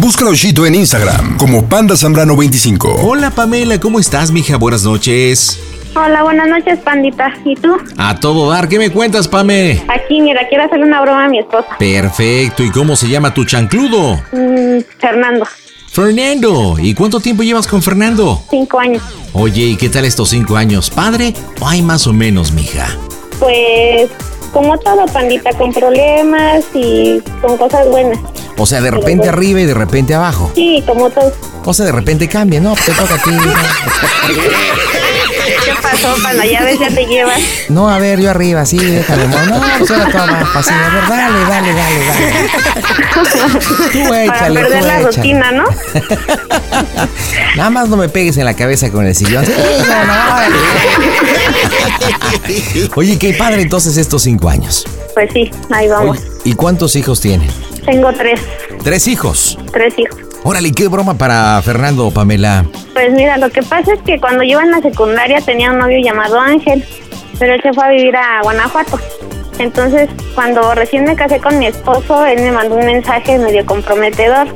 Búscalo Shito en Instagram como Panda Zambrano 25. Hola Pamela, ¿cómo estás, mija? Buenas noches. Hola, buenas noches, pandita. ¿Y tú? A todo dar, ¿qué me cuentas, Pame? Aquí, mira, quiero hacerle una broma a mi esposa. Perfecto, ¿y cómo se llama tu chancludo? Mm, Fernando, Fernando, ¿y cuánto tiempo llevas con Fernando? cinco años. Oye, ¿y qué tal estos cinco años? ¿Padre o hay más o menos, mija? Pues, como todo, pandita, con problemas y con cosas buenas. O sea, de repente arriba y de repente abajo. Sí, como todo. O sea, de repente cambia, ¿no? Te toca a ti. ¿Qué pasó, panda? Ya ves, ya te llevas. No, a ver, yo arriba, sí, déjame. No, no, pues ahora tú abajo, así. A ver, dale, dale, dale, dale. Tú Para échale, tú perder la échale. rutina, ¿no? Nada más no me pegues en la cabeza con el sillón. Sí, no, no, órale. Oye, qué padre entonces estos cinco años. Pues sí, ahí vamos. Oye, ¿Y cuántos hijos tienen? Tengo tres, Tres hijos. tres hijos. Órale, qué broma para Fernando, Pamela. Pues mira, lo que pasa es que cuando yo iba en la secundaria tenía un novio llamado Ángel, pero él se fue a vivir a Guanajuato. Entonces, cuando recién me casé con mi esposo, él me mandó un mensaje medio comprometedor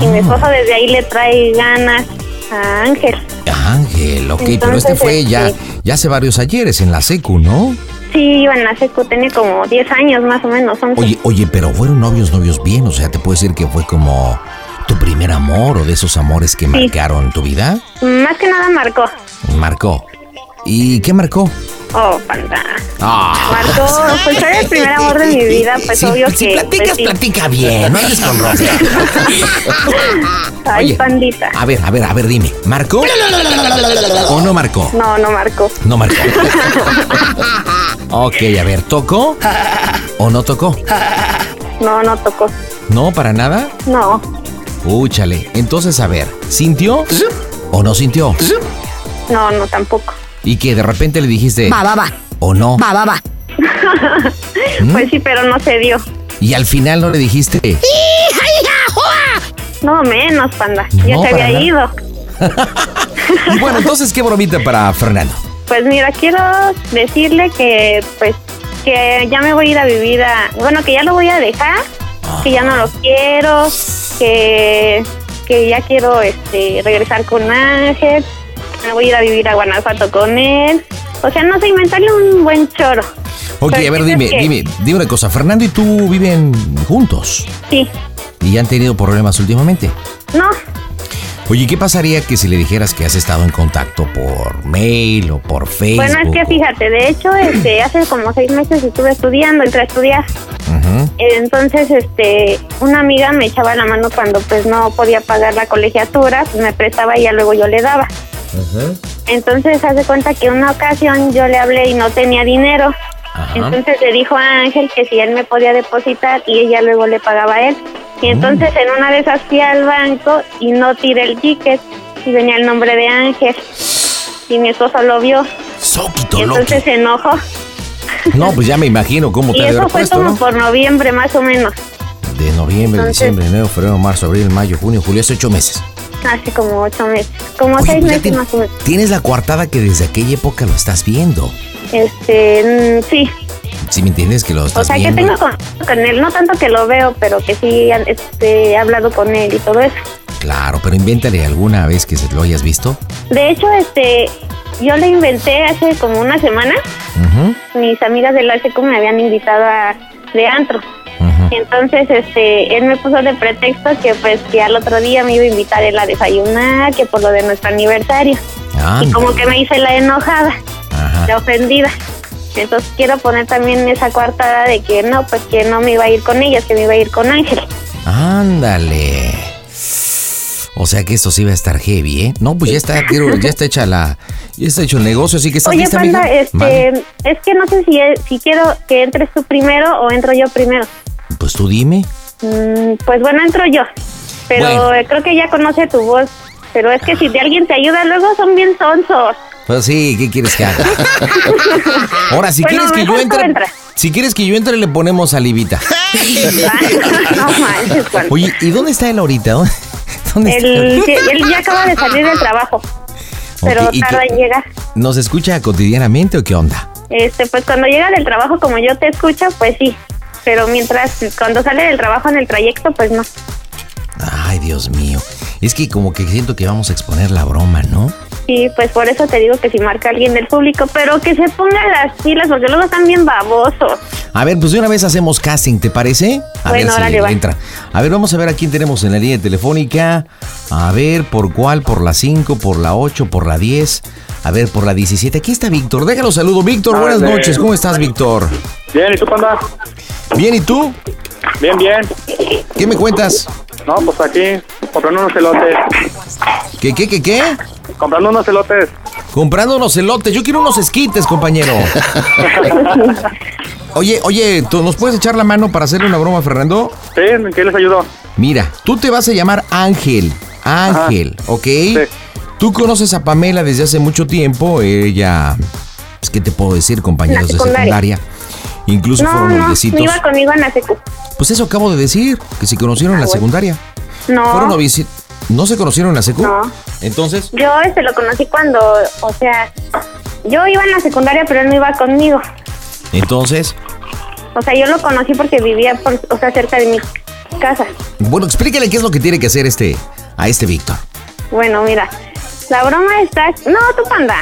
y mi esposo desde ahí le trae ganas a Ángel. Ángel, ok, pero este Entonces, fue ya, este- ya hace varios ayeres en la secu, ¿no? Sí, iba en la secu, tenía como 10 años más o menos, 11. Oye, oye, pero fueron novios, novios bien, o sea, te puedo decir que fue como tu primer amor o de esos amores que marcaron tu vida. Más que nada marcó. Marcó. ¿Y qué marcó? Oh, panda. Ah, Marcó, pues era el primer amor de mi vida, pues si, obvio si que... platicas, pues, sí. platica bien, no andes con rosca. Ay, Oye. pandita. A ver, a ver, a ver, dime, ¿marcó o no marcó? No, no marcó. No marcó. Ok, a ver, ¿tocó o no tocó? No, no tocó. No, para nada. No, Úchale. Entonces, a ver, ¿sintió o no sintió? no, no tampoco. Y que de repente le dijiste Va, va, va. o no. Va, va, va. Pues sí, pero no se dio. Y al final no le dijiste. No, menos, panda. ya No, se para había nada. ido. Y bueno, entonces qué bromita para Fernando. Pues mira, quiero decirle que, pues, que ya me voy a ir a vivir a... Bueno, que ya lo voy a dejar, que ya no lo quiero, que, que ya quiero este, regresar con Ángel, me voy a ir a vivir a Guanajuato con él. O sea, no sé, inventarle un buen choro. Ok, Pero a ver, ¿qué dime, crees que- dime, dime una cosa. Fernando y tú viven juntos Sí. y han tenido problemas últimamente. No, Oye, ¿qué pasaría que si le dijeras que has estado en contacto por mail o por Facebook? Bueno, es que fíjate, de hecho, este, hace como seis meses estuve estudiando, entré a estudiar. Ujú. Entonces, este, una amiga me echaba la mano cuando pues no podía pagar la colegiatura, pues me prestaba y ya luego yo le daba. Entonces, hace cuenta que una ocasión yo le hablé y no tenía dinero. Ajá. Entonces le dijo a Ángel que si él me podía depositar y ella luego le pagaba a él. Mm. Y entonces en una de esas fui al banco y no tiré el ticket y venía el nombre de Ángel. Y mi esposo lo vio Soquito, y entonces se enojó. loqui. No, pues ya me imagino cómo te Y ha de eso haber fue puesto, como ¿no? por noviembre más o menos, De noviembre, Entonces- diciembre, enero, febrero, marzo, abril, mayo, junio, julio, hace ocho meses. hace como ocho meses, como Oye, seis pues ya meses tien- más o menos. Tienes la coartada que desde aquella época lo estás viendo. Este, mm, sí, Si me entiendes que lo o estás sea que viendo. tengo contacto con él, no tanto que lo veo, pero que sí este, he hablado con él y todo eso. Claro, pero invéntale alguna vez que se lo hayas visto. De hecho, este, yo le inventé hace como una semana, Ujú. mis amigas de la secu me habían invitado a de antro. Entonces, este, él me puso de pretexto que pues que al otro día me iba a invitar él a desayunar, que por lo de nuestro aniversario. Ah, Y como que me hice la enojada, la ofendida. Entonces quiero poner también esa coartada de que no, pues que no me iba a ir con ellos, que me iba a ir con Ángel. Ándale. O sea que esto sí va a estar heavy, ¿eh? No, pues ya está, quiero- ya está hecha la, ya está hecho el negocio, así que está Oye, lista, Panda, mija? este, Vale, es que no sé si, si quiero que entres tú primero o entro yo primero. pues tú dime. Mm, pues bueno, entro yo. Pero Bueno. eh, creo que ya conoce tu voz. Pero es que si de alguien te ayuda, luego son bien sonsos. Pues sí, ¿qué quieres que haga? Ahora, si Bueno, quieres que yo mejor tú entre, entra. si quieres que yo entre, le ponemos salivita. Ah, no manches, Juan. Oye, ¿y dónde está él ahorita? ¿Dónde- ¿Dónde está? Él, sí, él ya acaba de salir del trabajo, pero este, Ok, ¿y tarda qué- en llegar. ¿Nos escucha cotidianamente o qué onda? Este, pues cuando llega del trabajo, como yo te escucho, pues sí. Pero mientras, cuando sale del trabajo en el trayecto, pues no. Ay, Dios mío. Es que como que siento que vamos a exponer la broma, ¿no? Sí, pues por eso te digo que si marca alguien del público, pero que se ponga las pilas, porque luego están bien babosos. A ver, pues de una vez hacemos casting, ¿te parece? A Bueno, ver si órale, va. entra. A ver, vamos a ver a quién tenemos en la línea telefónica. A ver, ¿por cuál? ¿Por la 5? ¿Por la 8? ¿Por la 10? A ver, por la 17. Aquí está Víctor. Déjalo saludo. Víctor, buenas Órale. noches. ¿Cómo estás, Víctor? Bien, ¿y tú, panda? Bien, ¿y tú? Bien, bien. ¿Qué me cuentas? No, pues aquí, comprando unos elotes. ¿Qué, qué, qué, qué? Comprando unos elotes. Comprando unos elotes. Yo quiero unos esquites, compañero. oye, oye, ¿tú ¿nos puedes echar la mano para hacerle una broma, a Fernando? Sí, ¿en qué les ayudo? Mira, tú te vas a llamar Ángel. Ángel, ¿ok? Tú conoces a Pamela desde hace mucho tiempo. Ella, pues, ¿qué te puedo decir? Compañeros La de secundaria. secundaria. Incluso No, fueron no, noviecitos. iba conmigo en la secu. Pues eso acabo de decir, que se conocieron en Ah, la secundaria. Fueron No, noviecitos. ¿No se conocieron en la secu? Ah. No. Entonces, yo este lo conocí cuando, o sea, yo iba en la secundaria, pero él no iba conmigo. entonces, O sea, yo lo conocí porque vivía, por, o sea, cerca de mi casa. bueno, explícale qué es lo que tiene que hacer este a este Víctor. Bueno, mira, la broma está... No, tú panda,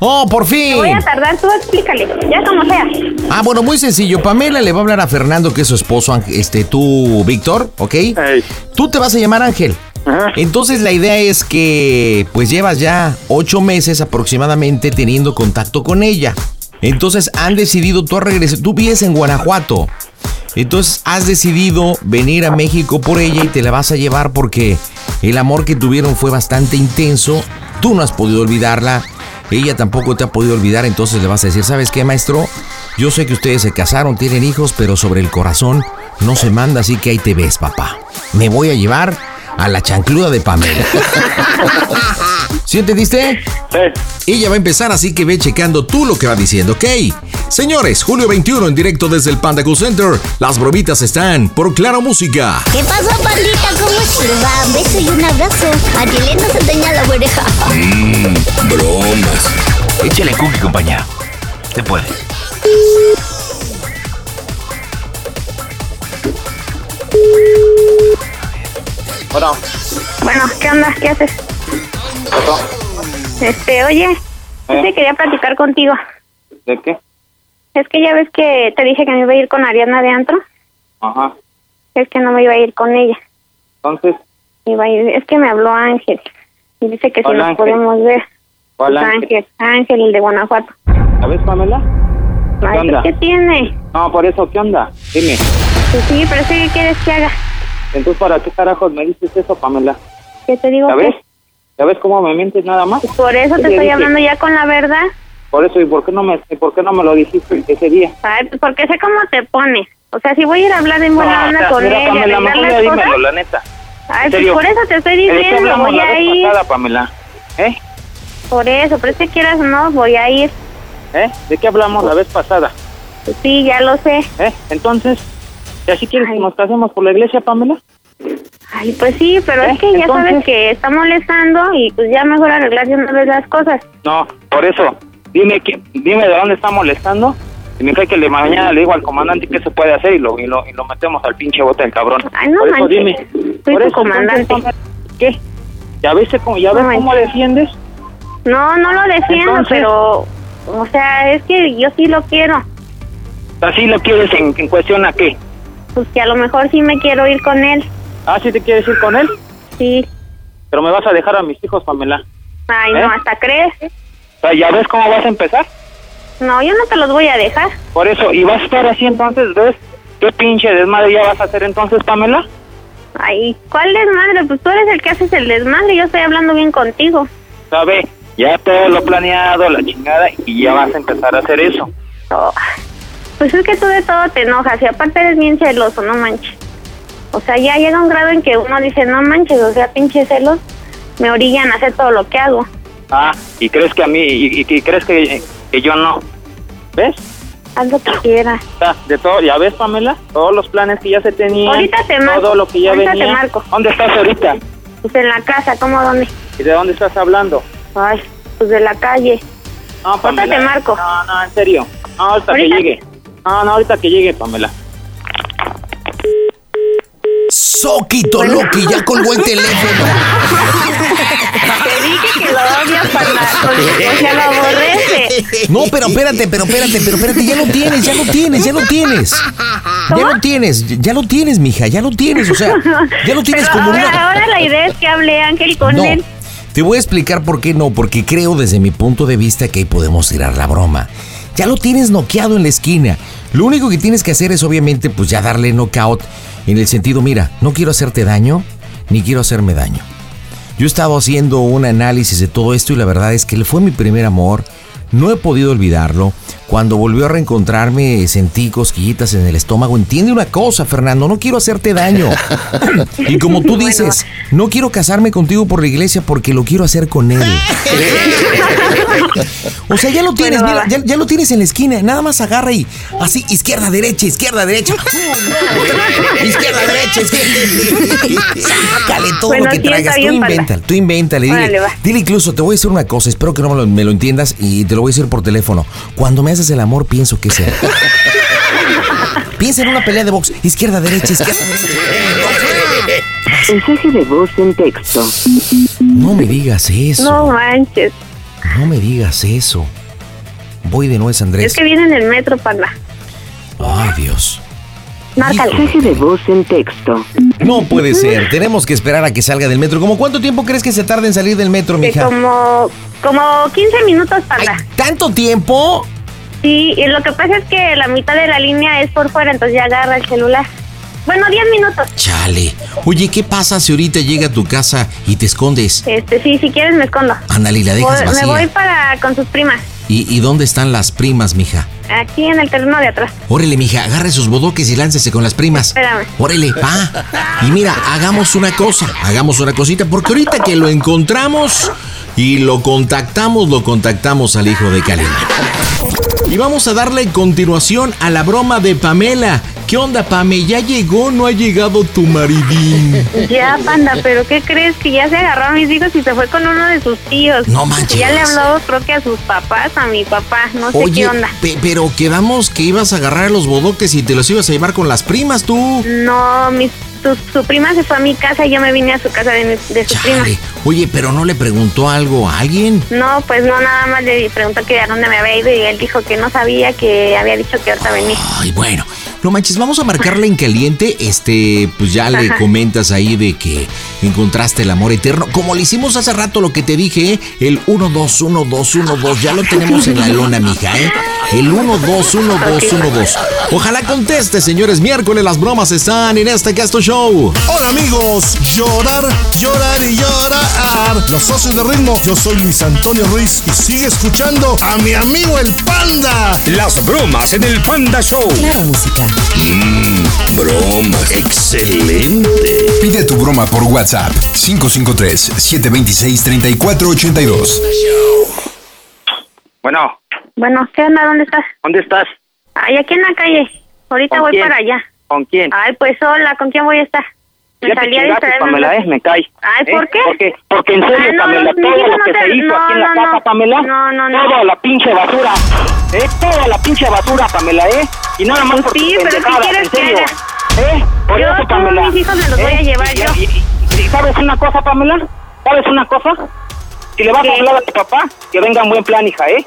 ¡Oh, por fin! voy a tardar, tú explícale, ya como sea. Ah, bueno, muy sencillo. Pamela le va a hablar a Fernando, que es su esposo, Ángel- este, tú, Víctor, ¿ok? Ey. Tú te vas a llamar Ángel. Ajá. Entonces la idea es que pues llevas ya ocho meses aproximadamente teniendo contacto con ella. Entonces han decidido tú regresar, tú vives en Guanajuato. Entonces has decidido venir a México por ella y te la vas a llevar porque el amor que tuvieron fue bastante intenso. Tú no has podido olvidarla. Ella tampoco te ha podido olvidar, entonces le vas a decir, ¿sabes qué, maestro? Yo sé que ustedes se casaron, tienen hijos, pero sobre el corazón no se manda, así que ahí te ves, papá. Me voy a llevar a la chancluda de Pamela. ¿Sí entendiste? Ey. Ella va a empezar, así que ve checando tú lo que va diciendo, ¿ok? Señores, julio 21 en directo desde el Panda Cool Center. Las bromitas están por Claro Música. ¿Qué pasó, pandita? ¿Cómo les va? Un beso y un abrazo. A ti linda se teña la oreja. Échale cookie, compañero. Te puede. Bueno, Bueno, ¿qué onda? ¿Qué haces? Este, oye, Ah. yo te quería platicar contigo. ¿de qué? Es que ya ves que te dije que me iba a ir con Ariana de antro. Ajá. Es que no me iba a ir con ella. Entonces, Iba a ir. Es que me habló Ángel. Y dice que si Hola, nos Ángel. podemos ver. ¿cuál Pues, Ángel? Ángel, Ángel, el de Guanajuato. ¿La ves, Pamela? Ay, onda? ¿Qué tiene? No, por eso, ¿qué onda? Dime. Pues sí, pero es que ¿qué quieres que haga? Entonces, ¿para qué carajos me dices eso, Pamela? Que te digo ¿Ya ves? que... ¿Ya ves cómo me mientes nada más? Por eso ¿Qué te le estoy dije? hablando ya con la verdad. Por eso, ¿y por qué no me, y por qué no me lo dijiste ese día? Ay, pues, porque sé cómo te pones. O sea, si voy a ir a hablar en buena No, o onda sea, con Ah, mira, ella, Pamela, arreglar mejor ya las cosas. dímelo, la neta. Ay, En pues serio. por eso te estoy ¿De qué diciendo, hablamos voy la a vez ir. pasada, Pamela? ¿Eh? Por eso, pero es que quieras o no, voy a ir. ¿Eh? ¿De qué hablamos la vez pasada? Pues sí, ya lo sé. ¿Eh? Entonces, ¿y así quieres Ay. que nos casemos por la iglesia, Pamela? Ay, pues sí, pero ¿Eh? es que ya Entonces. sabes que está molestando y pues ya mejor arreglar de una vez las cosas. No, por eso. Dime que, dime de dónde está molestando. Y me cae que le mañana le digo al comandante qué se puede hacer y lo, y lo, y lo metemos al pinche bote del cabrón. Ay, Ah, no por eso manches. dime. Soy por tu eso, comandante. entonces, Pamela, ¿Qué? ¿Ya ves cómo, ya No ves manches. cómo defiendes? No, no lo defiendo, Entonces. pero, o sea, es que yo sí lo quiero. Así lo quieres en, en cuestión a qué. pues que a lo mejor sí me quiero ir con él. Ah, ¿sí te quieres ir con él? Sí. Pero me vas a dejar a mis hijos, Pamela. Ay, ¿Eh? no, hasta crees. O sea, ¿ya ves cómo vas a empezar? No, yo no te los voy a dejar. Por eso, ¿y vas a estar así entonces? ¿Ves qué pinche desmadre ya vas a hacer entonces, Pamela? Ay, ¿cuál desmadre? Pues tú eres el que haces el desmadre. Yo estoy hablando bien contigo. ¿Sabe? Ya todo lo planeado, la chingada, y ya vas a empezar a hacer eso. Oh, Pues es que tú de todo te enojas y aparte eres bien celoso, no manches. O sea, ya llega un grado en que uno dice, no manches, o sea, pinche celos me orillan a hacer todo lo que hago. Ah, ¿y crees que a mí, y, y- y crees que, que yo no? ¿Ves? Haz lo que quieras. O sea, de todo, ¿ya ves, Pamela? Todos los planes que ya se tenían. Ahorita te Todo marco, lo que ya ahorita venía. te marco. ¿Dónde estás ahorita? Pues en la casa, ¿cómo dónde? ¿Y de dónde estás hablando? Ay, pues de la calle. No, Ahorita te marco. No, no, en serio. No, ahorita, Ahorita. que llegue. No, no, ahorita que llegue, Pamela. Soquito Loki, ya colgó el teléfono. Te dije que lo odias para... O sea, lo aborrece. No, pero espérate, pero espérate, pero espérate, ya lo tienes, ya lo tienes, ya lo tienes. Ya lo tienes, ya lo tienes, mija, ya lo tienes, o sea, ya lo tienes Pero como ahora, una... ahora la idea es que hable Ángel con No, él. te voy a explicar por qué no, porque creo desde mi punto de vista que ahí podemos tirar la broma. Ya lo tienes noqueado en la esquina. Lo único que tienes que hacer es obviamente pues ya darle knockout en el sentido, mira, no quiero hacerte daño, ni quiero hacerme daño. Yo he estado haciendo un análisis de todo esto y la verdad es que él fue mi primer amor. No he podido olvidarlo. Cuando volvió a reencontrarme sentí cosquillitas en el estómago. Entiende una cosa, Fernando, no quiero hacerte daño. y como tú dices, no quiero casarme contigo por la iglesia porque lo quiero hacer con él. o sea, ya lo tienes, Bueno, va, mira, ya, ya lo tienes en la esquina. Nada más agarra y así, izquierda, derecha, izquierda, derecha. izquierda, derecha, izquierda. Sácale todo Bueno, lo que sí, está traigas. Tú bien, Pala. inventa. Tú invéntale, dile. Órale, va. Dile incluso, te voy a decir una cosa, espero que no me lo, me lo entiendas y te lo voy a decir por teléfono. Cuando me haces el amor, pienso que sea. Piensa en una pelea de box, izquierda, derecha, izquierda, derecha. Mensaje de voz en texto. No me digas eso, No manches. no me digas eso. Voy de nuez, Andrés. Es que viene en el metro, panda. Ay, Dios. Márcale. Mensaje de voz en texto. No puede ser, tenemos que esperar a que salga del metro. ¿Cómo cuánto tiempo crees que se tarda en salir del metro, Que mija? como, como 15 minutos, Ay, panda. ¿Tanto tiempo? Sí, y lo que pasa es que la mitad de la línea es por fuera, entonces ya agarra el celular. Bueno, 10 minutos. Chale. Oye, ¿qué pasa si ahorita llega a tu casa y te escondes? Este, sí, si quieres me escondo. Ándale, y la dejas Voy- me voy Ah, vacía. para con sus primas, ¿Y, y dónde están las primas, mija? aquí en el terreno de atrás. Órale, mija, agarre sus bodoques y láncese con las primas. Espérame. Órale, va. Y mira, hagamos una cosa, hagamos una cosita, porque ahorita que lo encontramos y lo contactamos, lo contactamos al hijo de Karina. Y vamos a darle continuación a la broma de Pamela. ¿Qué onda, Pame? ¿Ya llegó no ha llegado tu maridín? Ya, panda, pero ¿qué crees? Que ya se agarró a mis hijos y se fue con uno de sus tíos. Este, No manches. Ya le habló, creo que a sus papás, a mi papá, no sé Oye, qué onda. pe- pero quedamos que ibas a agarrar los bodoques y te los ibas a llevar con las primas, tú. No, mis, su, su prima se fue a mi casa y yo me vine a su casa de, mi- de su prima. Chale. Oye, pero no le preguntó algo a alguien. No, pues no, nada más le preguntó que a dónde me había ido y él dijo que no sabía, que había dicho que ahorita venía. Ay, bueno. No manches, vamos a marcarle en caliente. Este, pues ya le comentas ahí de que encontraste el amor eterno. Como le hicimos hace rato lo que te dije, ¿eh? el 1-2-1-2-1-2. Ya lo tenemos en la lona, mija, ¿eh? El 1-2-1-2-1-2. Ojalá conteste, señores. Miércoles las bromas están en este Casto Show. Hola amigos, llorar, llorar y llorar. Los socios de ritmo, yo soy Luis Antonio Ruiz y sigue escuchando a mi amigo el panda. Las bromas en el Panda Show. Claro, música. Broma, excelente. Pide tu broma por WhatsApp 553-726-3482. Bueno, Bueno, ¿qué onda? ¿Dónde estás? ¿dónde estás? Ay, aquí en la calle. Ahorita ¿Con voy quién? para allá. ¿Con quién? Ay, pues hola, ¿con quién voy a estar? Me ya te salí a chingaste, distraerme. Pamela, ¿eh? Me cae. Ay, ¿Eh? ¿por qué? Porque, porque en serio, Ay, no, Pamela, mi todo hijo lo no que te- se hizo no, aquí en la no, casa, no. Pamela, No, no, no. toda la pinche basura, ¿eh? Toda la pinche basura, Pamela, ¿eh? Y nada más Pues por sí, tus pero ¿qué pendejadas, quieres en serio. ¿Eh? Por Yo eso, todos Pamela. eh, mis hijos me los voy a llevar y- yo. y- y- y ¿Sabes una cosa, Pamela? ¿Sabes una cosa? Si le vas ¿Qué? a hablar a tu papá, que venga en buen plan, hija, ¿eh?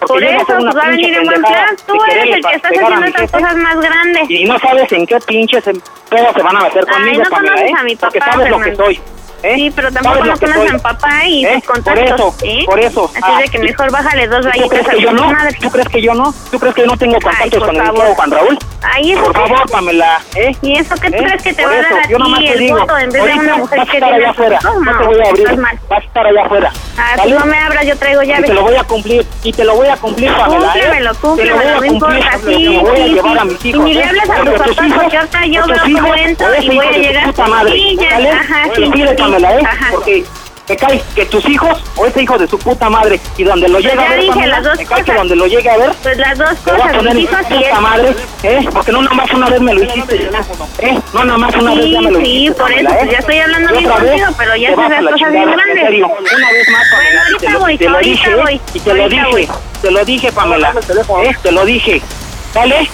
Porque Por yo no eso soy una pues, va a pinche venir en buen pendejada plan. Tú de eres quererle el que estás pegar haciendo a mi estas jefe. cosas más grandes. Y no sabes en qué pinches em- pedos se van a meter Ay, conmigo, no Pamela, conoces ¿eh? a mi Porque papá, sabes lo que Fernando. soy. ¿eh? Sí, pero tampoco Sabes lo no que conoces soy. a mi papá y ¿Eh? sus contactos. Por eso, ¿eh? por eso. Así Ah, es de que ¿y mejor bájale dos ¿Tú crees rayitas a que yo tu no? madre. ¿Tú crees que yo no? ¿Tú crees que yo no tengo contactos por con el favor. o Juan Raúl? Ahí eso Por que- favor, Pamela, ¿eh? ¿Y eso qué tú ¿Eh? crees que te Por va a dar eso, a yo nomás ti te el digo, voto en vez de ahorita una mujer vas a que estar tiene allá afuera, No, no te voy a abrir, estás mal. vas a estar allá afuera. Ah, si ¿sale? no me abras, yo traigo Y te llaves. lo voy a cumplir, y te lo voy a cumplir, Pamela, ¿eh? Cúmplemelo, cúmplemelo, no te lo voy a cumplir, importa, Pamela, sí, te lo voy a sí, llevar sí. a mis hijos. Y ni ¿eh? le hables a Porque tus papás, hijos- porque ahorita yo tus veo hijos, cómo entro por y eso, voy a hijo de tu llegar puta hasta madre, aquí, ya, ¿sale? ajá, Bueno, sí, mire, sí, Pamela, ¿eh? ajá. Porque me cae que tus hijos o ese hijo de su puta madre, y donde lo Pues llegue ya a ver, dije Pamela, las dos me cae que cosas. donde lo llegue a ver, Pues las dos te voy a cosas, poner mis en hijos tu y puta él. madre, ¿eh? Porque no nomás una vez me lo hiciste, ¿eh? No nomás una vez Sí, ya me lo sí, hiciste, por Pamela, eso, pues, ¿eh? ya estoy hablando Y bien otra vez contigo, pero ya te se vas ven a la cosas chingada, bien en grandes. serio. Una vez más, Pamela, Bueno, y te ahorita lo- voy, te lo ahorita dije, ¿eh? voy, Y te lo ahorita dije, voy. te lo dije, Pamela, ¿eh? Te lo dije. ¿Sale?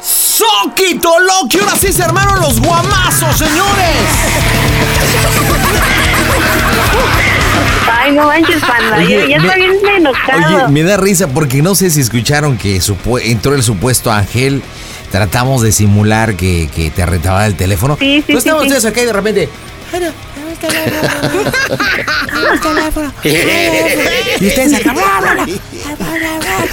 ¡Soquito Loki! ¡Ahora sí se armaron los guamazos, señores! Ay, no manches, panda. Oye, yo ya me- estoy bien enojado. Oye, me da risa porque no sé si escucharon que supu- entró el supuesto Ángel. Tratamos de simular que, que te arretaba el teléfono. Sí, sí, Pero estaban sí, sí. ustedes acá y de repente. Y ustedes acá. bla, bla, bla.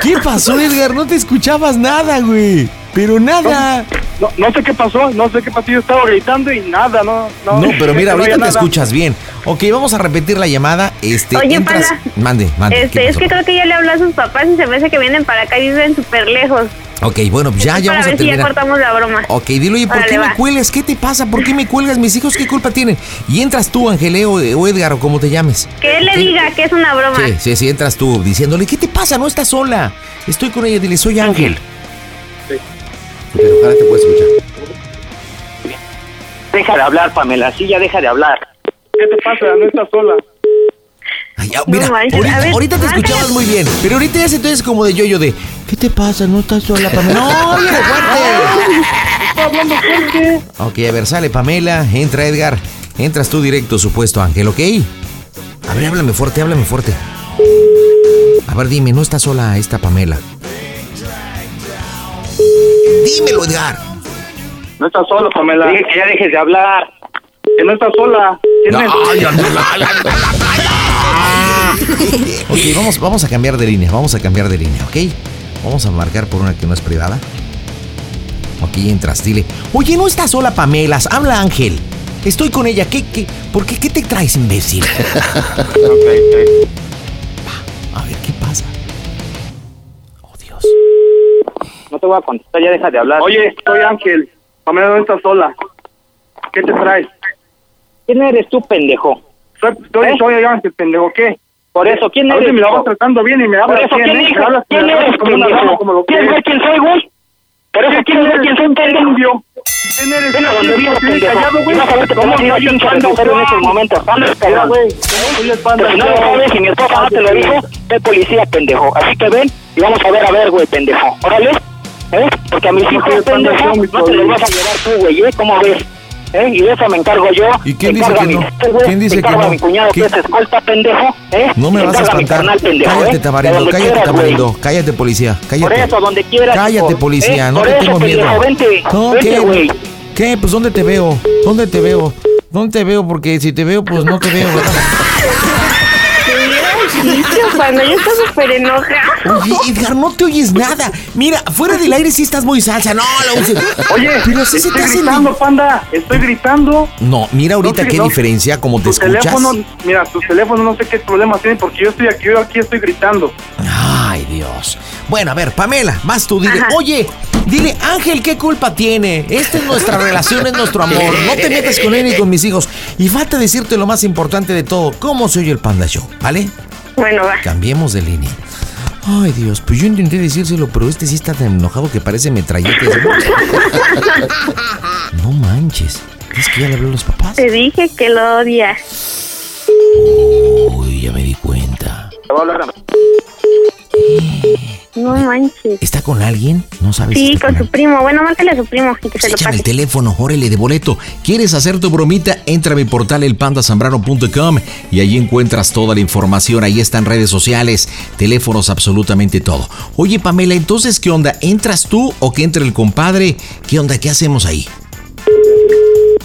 ¿Qué pasó, Edgar? No te escuchabas nada, güey. Pero nada. No, no sé qué pasó, no sé qué pasó, yo estaba gritando y nada, no, no. No, pero mira, no había ahorita te nada. escuchas bien. Ok, vamos a repetir la llamada. Este, Oye, entras. Panda. Mande, mande. Este, ¿qué es que pasó? creo que ya le habló a sus papás y se me hace que vienen para acá y viven súper lejos. Ok, bueno, pues ya, Entonces, ya para vamos a terminar. ver si ya cortamos la broma. Ok, dilo, oye, ¿por Órale, qué me va. cuelgas? ¿Qué te pasa? ¿Por qué me cuelgas? ¿Mis hijos qué culpa tienen? Y entras tú, Angeleo o Edgar o como te llames. Que él le Sí. diga que es una broma. Sí, sí, sí, entras tú diciéndole, ¿qué te pasa? No estás sola. Estoy con ella, dile, soy Ángel. Pero ahora te puedes escuchar. Deja de hablar, Pamela, sí, ya deja de hablar. ¿Qué te pasa? No estás sola. Ay, ah, No mira, manches, ahorita, a ver, ahorita te márcale. escuchabas muy bien, pero ahorita ya se te oyes como de yo-yo de, ¿qué te pasa? No estás sola, Pamela. ¡No, oye, fuerte! Ok, a ver, sale Pamela, entra Edgar, entras tú directo, supuesto, Ángel, ¿ok? A ver, háblame fuerte, háblame fuerte. A ver, dime, ¿no está sola esta Pamela? Dímelo, Edgar. No estás sola, Pamela. Dije que ya dejes de hablar. Que no estás sola. ¿Tienes- Ok, vamos, vamos a cambiar de línea, vamos a cambiar de línea, ¿ok? Vamos a marcar por una que no es privada. Ok, entras, dile. Oye, no estás sola, Pamelas, habla Ángel. Estoy con ella, ¿qué, qué, por qué, qué te traes, imbécil? Va, a ver, ¿qué pasa? Oh, Dios. No te voy a contestar, ya deja de hablar. Oye, soy Ángel. Pamela no estás sola. ¿Qué te traes? ¿Quién eres tú, pendejo? Soy, soy, Ángel, pendejo, ¿qué? Por eso, ¿Eh? ¿quién eres? me la vas tratando bien y me hablas Por eso, ¿quién, eres? ¿Quién eres, pendejo? ¿Quién es quién soy, güey? Por eso, ¿quién es quién soy, pendejo? ¿Quién eres? Ven a donde vivo, pendejo. Vas a ver que te vas a ir a pinchar de mujer en estos momentos. Dale, cabrón. Pero si no lo sabes y mi esposa no te lo dijo, soy policía, pendejo. Así que ven y vamos a ver a ver, güey, pendejo. Órale. ¿Eh? Porque a mis hijos, pendejo, no te los vas a llevar tú, güey, ¿eh? ¿Cómo ves? ¿Eh? Y de eso me encargo yo. ¿Y quién Te dice que encargo a no? mi mujer, güey, ¿Quién dice te encargo que a no? mi cuñado ¿Qué- que es escolta, pendejo. ¿eh? No me Te vas a encargo mi espantar. carnal, pendejo, cállate, ¿eh? De Tamarindo, donde cállate, quieras, güey. Tamarindo. Cállate, policía, cállate. Por eso, donde quieras. Cállate, hijo, policía, ¿eh? no Por te eso, tengo miedo. pendejo, Vente, No, vente, ¿qué? güey. ¿Qué? Pues ¿dónde te veo? ¿Dónde te veo? ¿Dónde te veo? Porque si te veo, pues no te veo, ¿verdad? Te hubieras dicho, panda, yo estoy súper enojada. Oye, Edgar, no te oyes nada. Mira, fuera del aire sí estás muy salsa. No, la once. Oye, pero sí se estoy te hace. gritando, panda. Estoy gritando. No, mira ahorita No, sí, qué no. diferencia, como te Tu escuchas. teléfono, mira, tu teléfono no sé qué problemas tiene porque yo estoy aquí, yo aquí estoy gritando. Ay, Dios. Bueno, a ver, Pamela, vas tú, dile. Ajá. Oye, dile, Ángel, ¿qué culpa tiene? Esta es nuestra relación, es nuestro amor. No te metas con él ni con mis hijos. Y falta decirte lo más importante de todo: ¿cómo se oye el Panda Show? ¿Vale? Bueno, va. Cambiemos de línea. Ay, Dios, pues yo intenté decírselo, pero este sí está tan enojado que parece metralleta. No manches. ¿Es que ya le habló a los papás? Te dije que lo odias. Uy, ya me di cuenta. Te voy a hablar a- No manches. ¿Está con alguien? No sabes. si Sí, está con su alguien. primo. Bueno, márcale a su primo y que Pues se lo échame el pase. teléfono, órale de boleto. ¿Quieres hacer tu bromita? Entra a mi portal elpandasambrano.com y allí encuentras toda la información. Ahí están redes sociales, teléfonos, absolutamente todo. Oye, Pamela, entonces, ¿qué onda? ¿Entras tú o que entre el compadre? ¿Qué onda? ¿Qué hacemos ahí?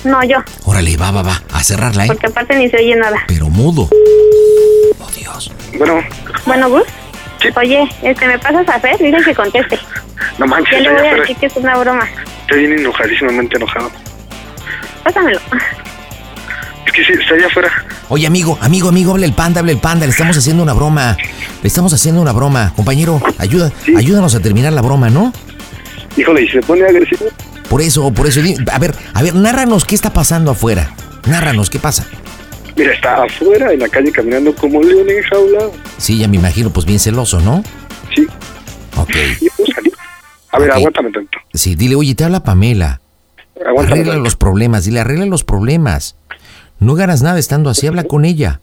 No, yo, Órale, va, va, va. A cerrarla, ¿eh? porque aparte ni se oye nada. Pero mudo. Oh, Dios. Bueno, Bueno, Gus. Oye, este, ¿me pasas a Fer? Dile que conteste. Ya no manches, le ya, voy a pero decir que es una broma. estoy bien enojadísimamente enojado. Pásamelo. Es que sí, está allá afuera. Oye, amigo, amigo, amigo, habla el panda, habla el panda. Le estamos haciendo una broma. Le estamos haciendo una broma. Compañero, ayuda, ayúdanos a terminar la broma, ¿no? Híjole, y se pone agresivo. Por eso, por eso. di- A ver, a ver, nárranos qué está pasando afuera. Nárranos, ¿qué pasa? Mira, está afuera en la calle caminando como león enjaulado. Sí, ya me imagino, pues bien celoso, ¿no? Sí, Ok. yo puedo salir. A ver, Ok. aguántame tanto. Sí, dile, oye, te habla Pamela. Aguántame Arregla tanto. los problemas, dile, arregla los problemas. No ganas nada estando así, habla con ella.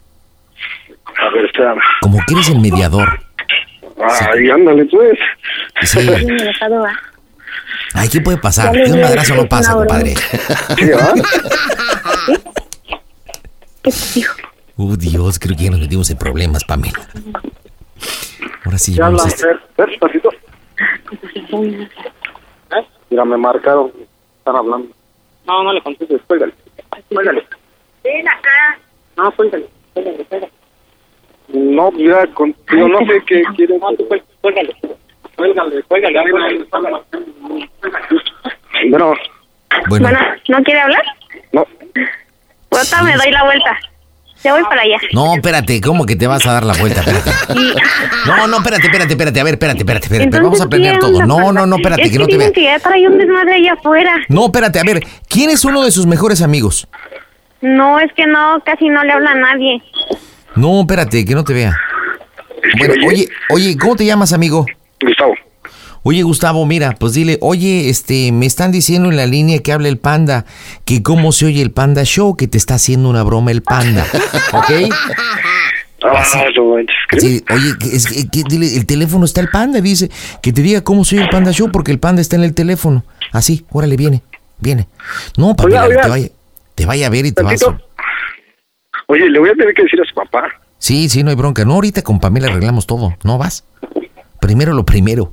A ver, espérame. Como que eres el mediador. Ay, ándale, pues. Sí. Bien enojado, va. Ay, ¿qué puede Ya pasar? le De un dije madrazo que no es pasa, una broma. compadre. ¿Qué va? ¿Qué te dijo? Uh, Dios, creo que ya nos metimos en problemas, Pamela. Ahora sí, ¿Qué vamos hablas? a... este Fer? Fer, tantito. Mira, me marcaron. Están hablando. No, no le contestes. Cuélgale. Cuélgale. Ven acá. No, cuélgale. Cuélgale, cuélgale. No, mira, con, yo no sé qué quieren. No, tú cuélgale. Cuélgale, cuélgale. Bueno, Bueno, Bueno, ¿no quiere hablar? no. Ahorita me doy la vuelta. Ya voy para allá. no, espérate, ¿cómo que te vas a dar la vuelta? Espérate. No, no, espérate, espérate, espérate. A ver, espérate, espérate, espérate. vamos a ¿qué planear todo. onda, No, Paula? no, no, espérate, Es que no te vean. dicen que ya trae un desmadre allá afuera. No, espérate, a ver, ¿quién es uno de sus mejores amigos? No, es que no, casi no le habla a nadie. No, espérate, que no te vea. Bueno, oye, oye, ¿cómo te llamas, amigo? Gustavo. Oye, Gustavo, mira, pues dile, oye, este, me están diciendo en la línea que habla el panda, que cómo se oye el panda show, que te está haciendo una broma el panda, ¿ok? Ah, no manches. ¿crees? Sí, oye, que es, que- que dile, el teléfono está el panda, dice, que te diga cómo se oye el panda show, porque el panda está en el teléfono. Así, órale, viene, viene. No, Pamela, Oiga, oiga. te vaya, te vaya a ver y te vas Tantito. Oye, le voy a tener que decir a su papá. Sí, sí, no hay bronca. No, ahorita con Pamela arreglamos todo. No vas. Primero lo primero.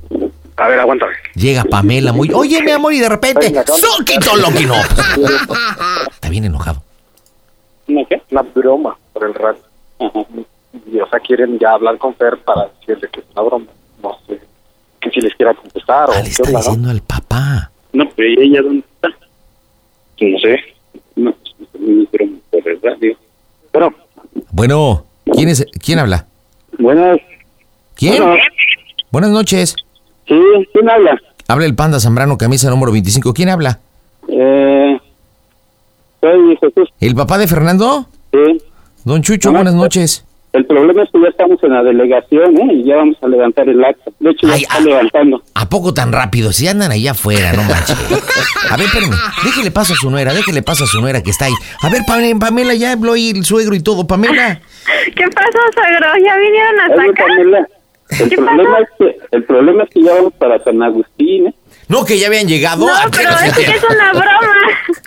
A ver, aguántame. Llega Pamela muy. Oye, mi amor, y de repente. ¡Soquito Loquino! Está bien enojado. ¿Una qué? Una broma por el rato. Y, o sea, quieren ya hablar con Fer para decirle que es una broma. No sé. Que si les quiera contestar Ah, le está diciendo al papá. No, pero ¿y ella dónde está? No sé. No, no pero por verdad, digo. Pero, Bueno, ¿quién es? ¿Quién habla? buenas. ¿Quién? Bueno, Buenas noches. sí, ¿quién habla? Habla el panda Zambrano, camisa número 25. ¿Quién habla? Eh, soy Jesús. ¿El papá de Fernando? Sí. Don Chucho, Hola. buenas noches. El problema es que ya estamos en la delegación, ¿eh? Y ya vamos a levantar el acta. De hecho, ya Ay, está ah. levantando. ¿A poco tan rápido? Si andan allá afuera, no manches. A ver, espérame. Déjele paso a su nuera, déjele paso a su nuera que está ahí. A ver, Pam- Pamela, ya habló ahí el suegro y todo. Pamela. ¿Qué pasó, suegro? ¿Ya vinieron hasta Oye, acá? Pamela, el ¿Qué problema, pasó? es que, el problema es que ya vamos para San Agustín, ¿eh? No, que ya habían llegado. No, ¿A qué pero nos es que metieron? es una broma.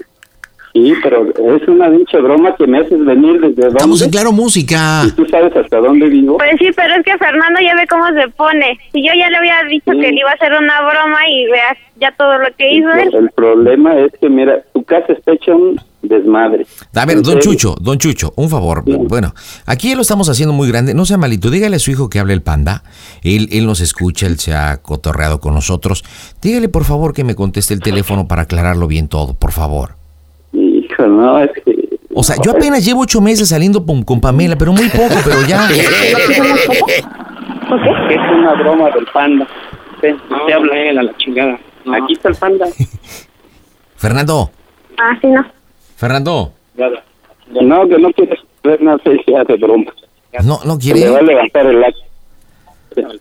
Sí, pero es una pinche broma que me haces venir desde Estamos dónde. en Claro Música. Y tú sabes hasta dónde vivo. Pues sí, pero es que Fernando ya ve cómo se pone. Si yo ya le había dicho que le iba a hacer una broma y veas ya todo lo que hizo él. El problema es que, mira, tu casa está hecha un desmadre. A ver, En don serio. Chucho, don Chucho, un favor. Bueno, aquí ya lo estamos haciendo muy grande. No sea malito, dígale a su hijo que hable el panda. Él, él nos escucha, él se ha cotorreado con nosotros. Dígale, por favor, que me conteste el teléfono para aclararlo bien todo, por favor. Hijo, no, es que... O sea, yo apenas llevo ocho meses saliendo con, con Pamela, pero muy poco, pero ya. Es una broma del panda. Ven, No te habla él a la chingada. Aquí está el panda. Fernando, Ah, sí, no. Fernando, No, que no quieres ver nada ya de broma. no, no Que Le va a quiere. levantar el acta.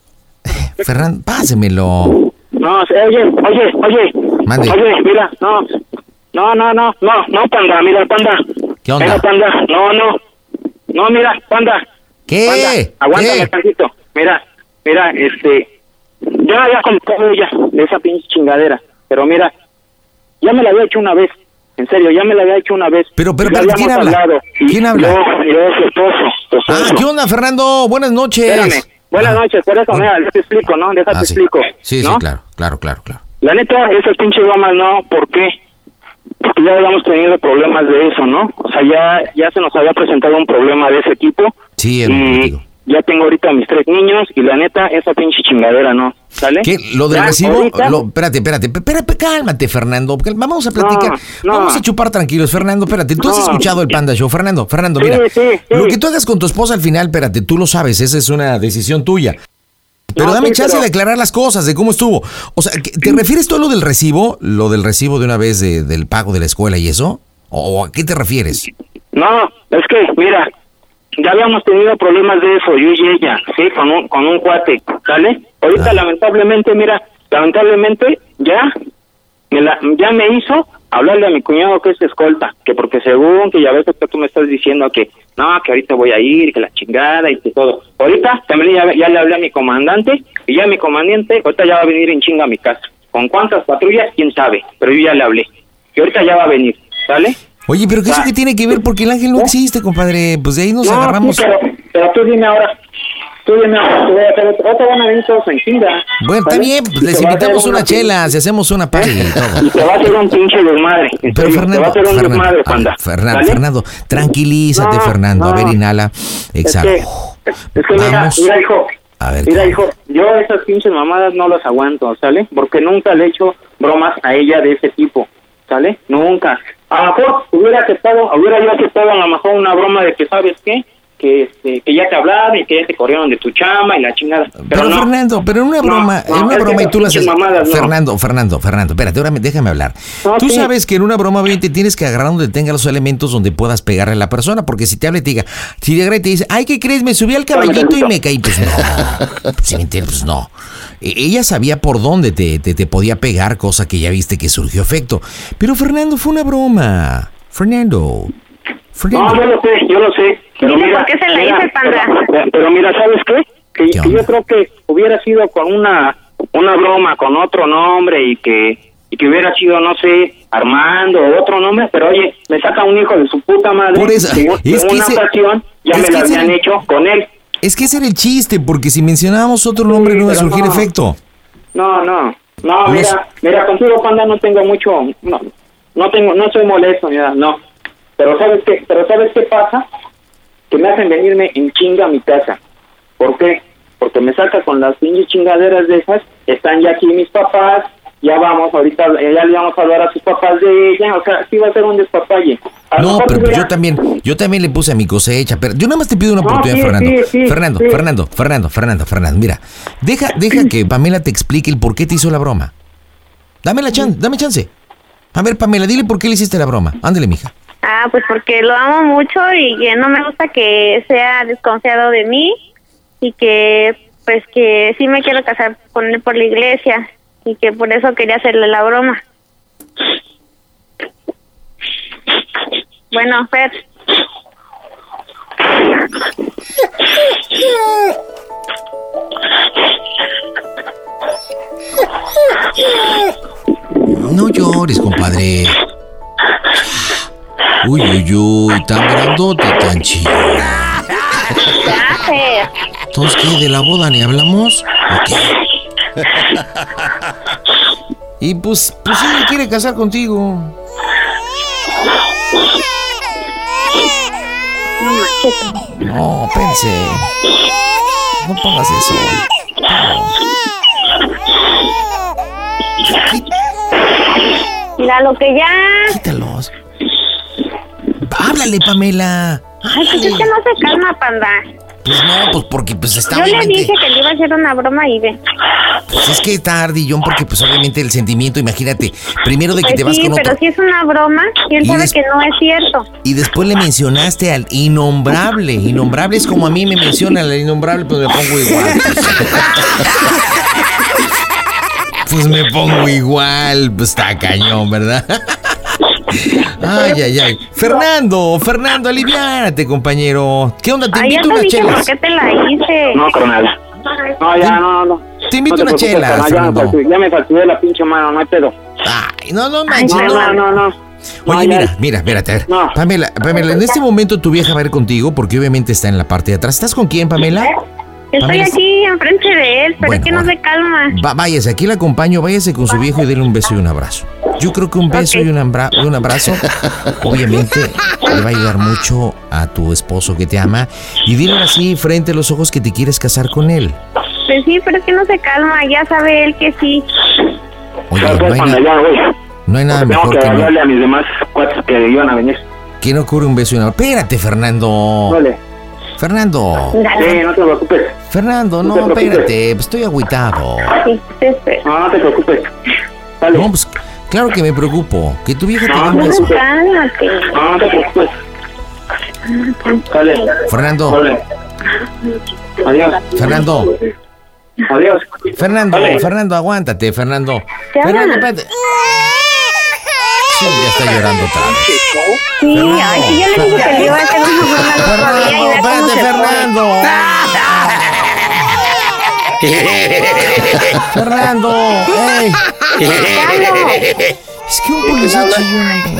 Fernando, pásemelo. No, oye, oye, oye. Mande. Oye, mira, no. No, no, no, no, no, panda, mira, panda. ¿Qué onda? Mira, panda, no, no. No, mira, panda. ¿Qué? Panda, aguántame ¿Qué? tantito. Mira, mira, este. Yo la había comprado ya, de esa pinche chingadera. Pero mira, ya me la había hecho una vez. En serio, ya me la había hecho una vez. Pero, pero, Ya pero, ¿quién habíamos habla? hablado. Y ¿Quién habla? Yo, yo, su esposo. su Ah, esposo. ¿qué onda, Fernando? Buenas noches. Espérame. Buenas Ah. noches, por eso, mira, yo te explico, ¿no? Déjate Ah, sí. explico. Sí, sí, ¿no? claro, claro, claro, claro. La neta, ese pinche Guamas no, ¿por qué? Porque ya habíamos tenido problemas de eso, ¿no? O sea, ya, ya se nos había presentado un problema de ese tipo. Sí, es lo que y digo. ya tengo ahorita mis tres niños y la neta, esa pinche chingadera no, ¿sale? ¿Qué? ¿Lo del Ya, recibo? ahorita- Lo- espérate, espérate, pe- espérate, cálmate, Fernando. porque Vamos a platicar. no. Vamos a chupar tranquilos, Fernando. Espérate, tú has No. escuchado el Panda Show. Fernando, Fernando, Sí, mira. sí, sí. Lo que tú hagas con tu esposa al final, espérate, tú lo sabes, esa es una decisión tuya. Pero No, dame sí, chance pero- de aclarar las cosas, de cómo estuvo. O sea, ¿que- ¿te refieres tú a lo del recibo? ¿Lo del recibo de una vez de- del pago de la escuela y eso? ¿O a qué te refieres? No, es que, mira, ya habíamos tenido problemas de eso, yo y ella, sí, con un, con un cuate, ¿sale? Ahorita, Ah. lamentablemente, mira, lamentablemente, ya me, la, ya me hizo hablarle a mi cuñado que es escolta, que porque según que ya ves que tú me estás diciendo que no, que ahorita voy a ir, que la chingada y que todo. Ahorita también ya, ya le hablé a mi comandante y ya mi comandante ahorita ya va a venir en chinga a mi casa. ¿Con cuántas patrullas? ¿Quién sabe? Pero yo ya le hablé. Y ahorita ya va a venir, ¿sale? Oye, pero ¿qué es lo Ah. ¿Eh? que tiene que ver? Porque el ángel no existe, compadre. Pues de ahí nos No, agarramos. sí, pero, pero tú dime ahora. Tú dime ahora. Tú voy a hacer otro. Ahorita van a venir todos en chinga. Bueno, está ¿vale? bien, pues Y les te va a invitamos hacer una chela, si hacemos una party y todo. Y te va a hacer un pinche desmadre. en Pero serio, te va Fernando, a hacer un Fernando, desmadre, a ver, panda. Fernando, ¿vale? Fernando, tranquilízate, No, Fernando. A ver, no. inhala, Es exhala. que, es que mira, Vamos. mira, hijo. A ver, mira, ¿qué? hijo, yo esas pinches mamadas no las aguanto, ¿sale? Porque nunca le he hecho bromas a ella de ese tipo, ¿sale? Nunca. A lo mejor hubiera aceptado, hubiera yo aceptado a lo mejor una broma de que, ¿sabes qué? Que, este, que ya te hablaron y que ya te corrieron de tu chama y la chingada. Pero, Pero, no. Fernando, pero en una No, broma, no, en una es que broma y esas tú las pinches mamadas, no. Fernando, Fernando, Fernando, espérate, ahora me- déjame hablar. No, tú sí. sabes que en una broma obviamente tienes que agarrar donde tenga los elementos donde puedas pegarle a la persona, porque si te habla y te diga, si te agarra y te dice, ay, ¿qué crees? Me subí al caballito y me caí. Pues no, si me entiendes, pues no. E- Ella sabía por dónde te, te, te podía pegar, cosa que ya viste que surgió efecto. Pero Fernando, fue una broma. Fernando. Fernando. No, yo lo sé, yo lo sé. Dime por qué se la hizo el panda. Pero, pero mira, ¿sabes qué? Que, ¿Qué que onda? yo creo que hubiera sido con una una broma, con otro nombre y que y que hubiera sido, no sé, Armando o otro nombre, pero oye, me saca un hijo de su puta madre. Por eso, que, es en que una ese- ocasión ya es me que la ese- habían hecho con él. Es que ese era el chiste, porque si mencionábamos otro nombre no iba a pero surgir no. efecto. No, no, no, No mira, es- mira, contigo panda no tengo mucho, no, no tengo, no soy molesto, mira, no, pero sabes qué, pero sabes qué pasa, que me hacen venirme en chinga a mi casa, ¿por qué? Porque me saca con las pinches chingaderas de esas, están ya aquí mis papás, ya vamos, ahorita eh, ya le vamos a hablar a sus papás de ella, o sea, sí va a ser un despapalle. A lo No, mejor pero pues hubiera- yo también, yo también le puse a mi cosecha. Pero yo nada más te pido una No, oportunidad, sí, Fernando. sí, sí, Fernando, sí. Fernando, Fernando, Fernando, Fernando. Mira, deja, deja que Pamela te explique el por qué te hizo la broma. Dame la chance, dame chance. A ver, Pamela, dile por qué le hiciste la broma. Ándale, mija. Ah, pues porque lo amo mucho y que no me gusta que sea desconfiado de mí y que pues que sí me quiero casar con él por la iglesia y que por eso quería hacerle la broma. Bueno, Fer, No llores, compadre. Uy, uy, uy, tan grandote, tan chido. ah, Fer, ¿Entonces qué? ¿De la boda ni hablamos? ¿O qué? Y pues, pues sí, me quiere casar contigo. no manches. No, pensé. No pongas eso. Mira lo que ya, Quítalos. Háblale, Pamela. ay, pues es que no se calma, panda. Pues no, pues porque pues está Yo le obviamente- dije que le iba a hacer una broma y ve. Pues es que está ardillón porque pues obviamente el sentimiento, imagínate, primero de que Pues te vas sí, con otro pero si es una broma, Y quién sabe des- que no es cierto. y después le mencionaste al innombrable, innombrable es como a mí me menciona al innombrable, pues me pongo igual. Pues me pongo igual, pues está cañón, ¿verdad? Ay, ay, ay. Fernando, Fernando, aliviárate, compañero. ¿Qué onda? Te Ay, ya invito te unas dije por chelas. qué te la hice. No, carnal, no, ya, no, no, no, Te invito una preocupes, chela, carnal, ya, me Fernando. fracturé- ya me fracturé la pinche mano, no hay pedo. Ay, no, no Ay, manches. no, no. No, no, no. Oye, No, ya- mira, mira, espérate. a ver. No. Pamela, Pamela, en este momento tu vieja va a ir contigo porque obviamente está en la parte de atrás. ¿Estás con quién, Pamela? Estoy Pamela, aquí enfrente de él, pero Bueno, es que no bueno. se calma. Va- váyase, aquí la acompaño, váyase con su viejo y dele un beso y un abrazo. Yo creo que un beso Ok. y un, ambra- y un abrazo, obviamente, le va a ayudar mucho a tu esposo que te ama. Y dile así, frente a los ojos, que te quieres casar con él. Pues sí, pero es que no se calma, ya sabe él que sí. Oye, Ya, no pues, hay, cuando na- ya, güey. no hay nada Porque Tengo Ah, mejor que que, no, hablarle a mis demás cuates que iban a venir. que no ocurre un beso y un abrazo. Espérate, Fernando. Dale. Fernando, Sí, no te preocupes. Fernando, No no, te preocupes. espérate, pues estoy agüitado. Sí, espera. No, no te preocupes. Dale. No, pues claro que me preocupo. Que tu vieja te dé un No, beso. no. Cálmate. No, no te preocupes. Dale. Fernando, Dale. Adiós. Fernando, Adiós. Fernando, Dale. Fernando, aguántate, Fernando. Ya. Fernando, espérate. Sí, ya está llorando otra vez. Sí, ay, sí, ya le dije que le iba a hacer una broma al otro día y Fernando, vea cómo espérate, se pone. Fernando. Fernando, ey. Es que un policía chillón.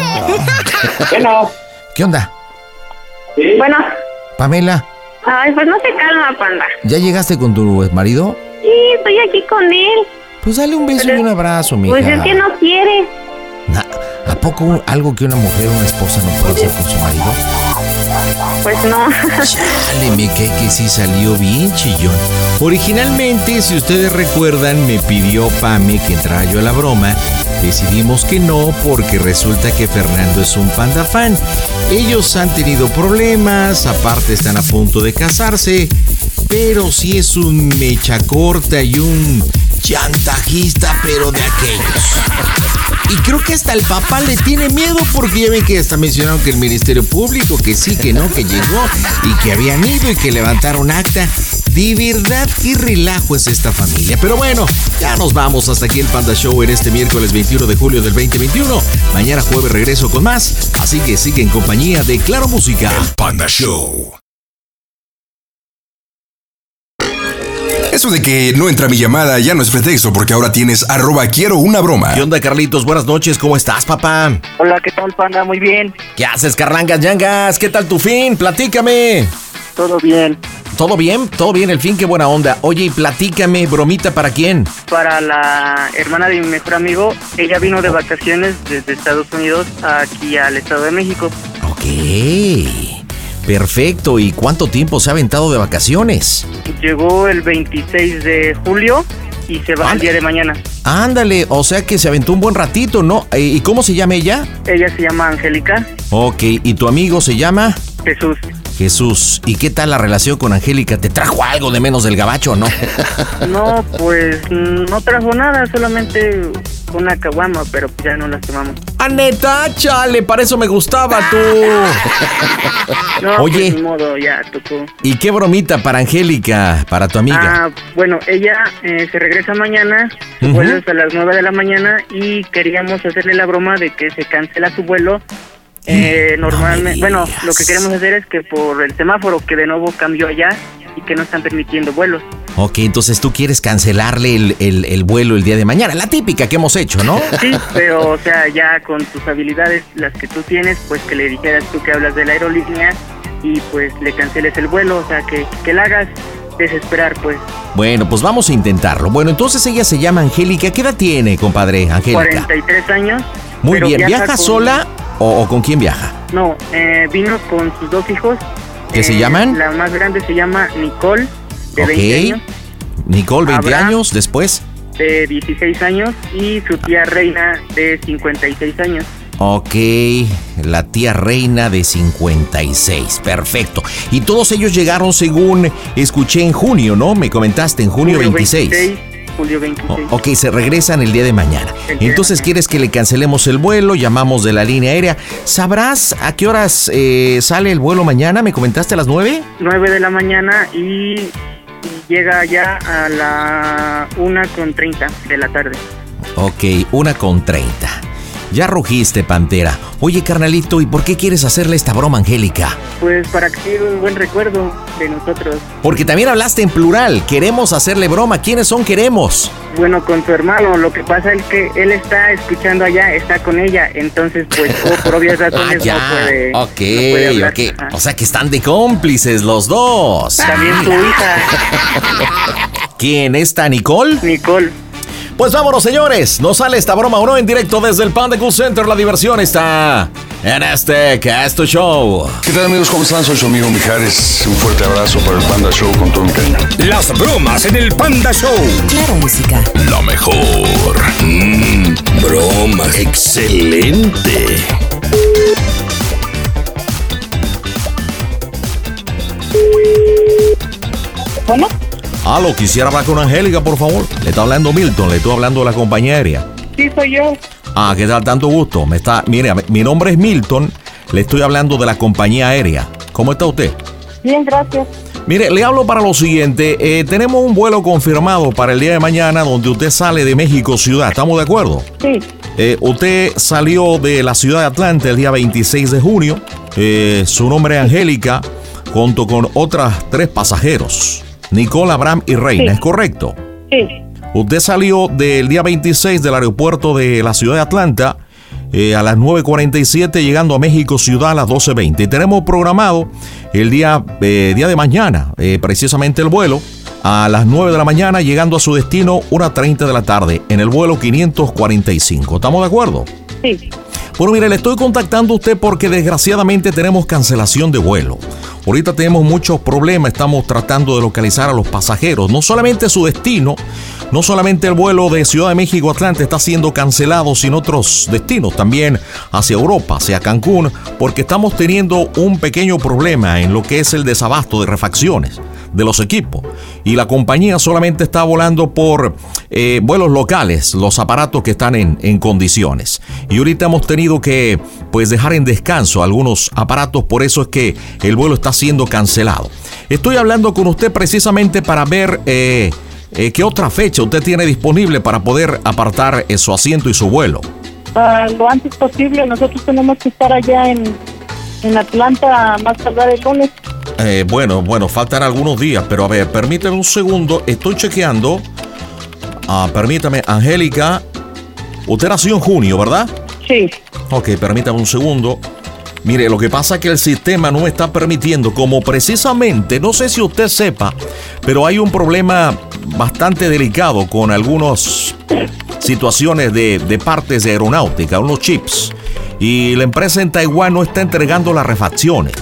Bueno. ¿Qué onda? Sí. Bueno, Pamela, ay, pues no se calma, panda. ¿ya llegaste con tu marido? Sí, estoy aquí con él. Pues dale un beso y un abrazo, mija. Pues es que no quiere. Na- ¿A poco un- algo que una mujer o una esposa no puede hacer con su marido? Pues no. Chale, me cae que sí salió bien chillón. Originalmente, si ustedes recuerdan, me pidió Pame que entrara yo a la broma. Decidimos que no porque resulta que Fernando es un panda fan. Ellos han tenido problemas, aparte están a punto de casarse, pero sí es un mecha corta y un chantajista, pero de aquellos. Y creo que hasta el papá le tiene miedo porque ya ven que hasta mencionaron que el Ministerio Público, que sí, que no, que llegó y que habían ido y que levantaron acta. De verdad, qué relajo es esta familia. Pero bueno, ya nos vamos. Hasta aquí el Panda Show en este miércoles 21 de julio del 2021. Mañana jueves regreso con más. Así que sigue en compañía de Claro Música. Panda Show. Eso de que no entra mi llamada ya no es pretexto porque ahora tienes arroba quiero una broma. ¿Qué onda, Carlitos? Buenas noches, ¿cómo estás, papá? Hola, ¿qué tal, panda? Muy bien. ¿Qué haces, Carlangas Yangas? ¿Qué tal tu fin? Platícame. Todo bien. ¿Todo bien? ¿Todo bien? El fin, qué buena onda. Oye, y platícame, bromita para quién? Para la hermana de mi mejor amigo, ella vino de vacaciones desde Estados Unidos aquí al Estado de México. Ok. Perfecto. ¿Y cuánto tiempo se ha aventado de vacaciones? Llegó el 26 de julio y se va el día de mañana. Ándale, o sea que se aventó un buen ratito, ¿no? Eh, ¿Y cómo se llama ella? Ella se llama Angélica Ok, ¿y tu amigo se llama? Jesús. Jesús. ¿Y qué tal la relación con Angélica? ¿Te trajo algo de menos del gabacho o no? No, pues no trajo nada, solamente una caguama, pero ya no las tomamos. ¡Ah, neta! ¡Chale! Para eso me gustaba tú. No, Oye. pues, ni modo, ya tocó. ¿Y qué bromita para Angélica, para tu amiga? Ah, bueno, ella eh, se regresa mañana, su Ujú. vuelo es a las 9 de la mañana y queríamos hacerle la broma de que se cancela su vuelo. Eh, no me normalmente, bueno, digas. lo que queremos hacer es que por el semáforo que de nuevo cambió allá y que no están permitiendo vuelos. Ok, entonces tú quieres cancelarle el, el- el vuelo el día de mañana. La típica que hemos hecho, ¿no? Sí, pero o sea, ya con tus habilidades, las que tú tienes, pues que le dijeras tú que hablas de la aerolínea y pues le canceles el vuelo, o sea, que, que la hagas desesperar, pues. Bueno, pues vamos a intentarlo. Bueno, entonces ella se llama Angélica. ¿Qué edad tiene, compadre? Angélica. 43 años. Muy pero bien. ¿Viaja, con- sola o, o con quién viaja? No, eh, vino con sus dos hijos. Eh, ¿Qué se llaman? La más grande se llama Nicole, de Ok. 20 años, Nicole, 20 Abraham. años después. de 16 años, y su tía Reina, de 56 años. Ok, la tía reina de 56, perfecto. Y todos ellos llegaron según escuché en junio, ¿no? Me comentaste, en junio 26. julio O- 26. Oh, ok, se regresan el día de mañana. El día Entonces de mañana. quieres que le cancelemos el vuelo, llamamos de la línea aérea. ¿Sabrás a qué horas eh, sale el vuelo mañana? ¿Me comentaste a las 9? 9 de la mañana y, y llega ya a la 1 con 30 de la tarde. Ok, una con 30. Ya rugiste, Pantera. Oye, carnalito, ¿y por qué quieres hacerle esta broma, Angélica? Pues para que quede un buen recuerdo de nosotros. Porque también hablaste en plural. Queremos hacerle broma. ¿Quiénes son queremos? Bueno, con su hermano, lo que pasa es que él está escuchando allá, está con ella, entonces pues oh, por obvias Ah, razones ya. no puede. no ok, puede hablar. ok. O sea que están de cómplices los dos. También su hija, ¿Quién está Nicole? Nicole. Pues vámonos, señores. Nos sale esta broma o no en directo desde el Panda Cool Center. La diversión está en este Casto Show. ¿Qué tal amigos? ¿Cómo están? Soy su amigo Mijares. Un fuerte abrazo para el Panda Show con todo mi cariño. Las bromas en el Panda Show. Claro, música. La mejor. Mm, broma excelente. ¿Cómo? Aló, Ah, quisiera hablar con Angélica, por favor. Le está hablando Milton, le estoy hablando de la compañía aérea. Sí, soy yo. Ah, ¿qué tal? Tanto gusto. Me está, mire, mi nombre es Milton, le estoy hablando de la compañía aérea. ¿Cómo está usted? Bien, gracias. Mire, le hablo para lo siguiente. Eh, tenemos un vuelo confirmado para el día de mañana donde usted sale de México Ciudad. ¿Estamos de acuerdo? Sí, Eh, usted salió de la ciudad de Atlanta el día 26 de junio. Eh, su nombre es Angélica, junto con otras tres pasajeros, Nicole, Abraham y Reina. Sí. ¿Es correcto? sí, Usted salió del día 26 del aeropuerto de la ciudad de Atlanta eh, a las 9.47 llegando a México Ciudad a las 12.20. Y tenemos programado el día, eh, día de mañana, eh, precisamente el vuelo, a las 9 de la mañana llegando a su destino 1.30 de la tarde en el vuelo 545. ¿Estamos de acuerdo? sí. Bueno, mire, le estoy contactando a usted porque desgraciadamente tenemos cancelación de vuelo. Ahorita tenemos muchos problemas, estamos tratando de localizar a los pasajeros. No solamente su destino, no solamente el vuelo de Ciudad de México a Atlanta está siendo cancelado, sino otros destinos también hacia Europa, hacia Cancún, porque estamos teniendo un pequeño problema en lo que es el desabasto de refacciones de los equipos. Y la compañía solamente está volando por eh, vuelos locales, los aparatos que están en, en condiciones. Y ahorita hemos tenido que pues dejar en descanso algunos aparatos, por eso es que el vuelo está siendo cancelado. Estoy hablando con usted precisamente para ver eh, eh, qué otra fecha usted tiene disponible para poder apartar eh, su asiento y su vuelo. Ah, lo antes posible. Nosotros tenemos que estar allá en, en Atlanta más tardar el lunes. Eh, bueno, bueno, faltan algunos días, pero a ver, permíteme un segundo, estoy chequeando. Ah, permítame, Angélica, usted nació en junio, ¿verdad? Sí. Ok, permítame un segundo. Mire, lo que pasa es que el sistema no me está permitiendo, como precisamente, no sé si usted sepa, pero hay un problema bastante delicado con algunas situaciones de, de partes de aeronáutica, unos chips. Y la empresa en Taiwán no está entregando las refacciones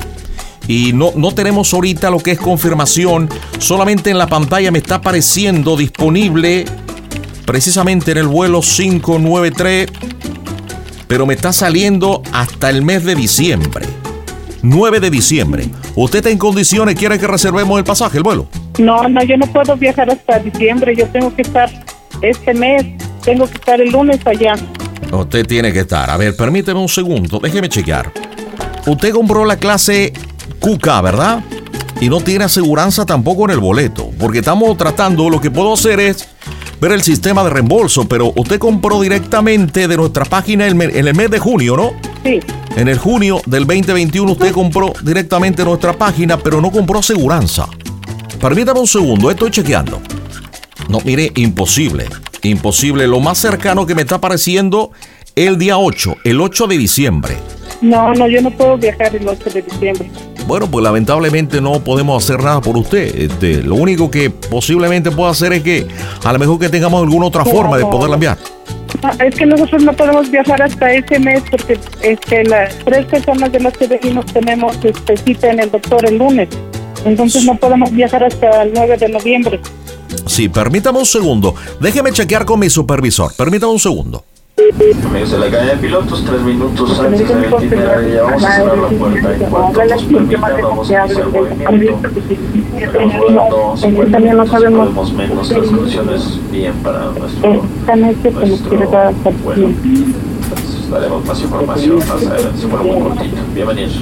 y no, no tenemos ahorita lo que es confirmación. Solamente en la pantalla me está apareciendo disponible precisamente en el vuelo 593, pero me está saliendo hasta el mes de diciembre. 9 de diciembre. ¿Usted está en condiciones? ¿Quiere que reservemos el pasaje, el vuelo? No, no, yo no puedo viajar hasta diciembre. Yo tengo que estar este mes. Tengo que estar el lunes allá. Usted tiene que estar. A ver, permíteme un segundo. Déjeme chequear. Usted compró la clase QK, ¿verdad? Y no tiene aseguranza tampoco en el boleto. Porque estamos tratando, lo que puedo hacer es ver el sistema de reembolso. Pero usted compró directamente de nuestra página el me- en el mes de junio, ¿no? Sí. En el junio del 2021 usted compró directamente nuestra página, pero no compró aseguranza. Permítame un segundo, estoy chequeando. No, mire, imposible. Imposible. Lo más cercano que me está apareciendo el día 8, el 8 de diciembre. No, no, yo no puedo viajar el 8 de diciembre. Bueno, pues lamentablemente no podemos hacer nada por usted. Este, lo único que posiblemente puedo hacer es que a lo mejor que tengamos alguna otra Claro. forma de poderla enviar. Ah, Es que nosotros no podemos viajar hasta ese mes porque este, las tres personas de las que venimos tenemos este, cita en el doctor el lunes. Entonces no podemos viajar hasta el 9 de noviembre. Sí, permítame un segundo. Déjeme chequear con mi supervisor. Permítame un segundo. Dice la calle de pilotos, tres minutos antes de 29, ya vamos a cerrar la puerta. En cuanto nos permitan, vamos a iniciar movimiento. Volando 50 también no minutos, si sabemos. Eh, podemos menos, las condiciones bien para nuestro... Esta noche que nos quiere dar hasta el Bueno, entonces daremos más información más adelante, bueno, muy cortito. Bienvenidos.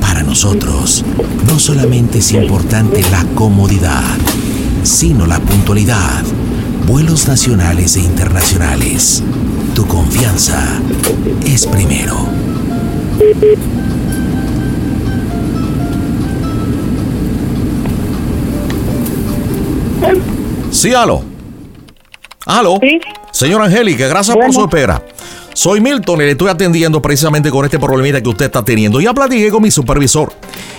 Para nosotros, no solamente es importante la comodidad, sino la puntualidad. Vuelos nacionales e internacionales. tu confianza es primero. Sí, aló. Aló. Señora Angélica, gracias por su espera. Soy Milton y le estoy atendiendo precisamente con este problemita que usted está teniendo. Ya platiqué con mi supervisor.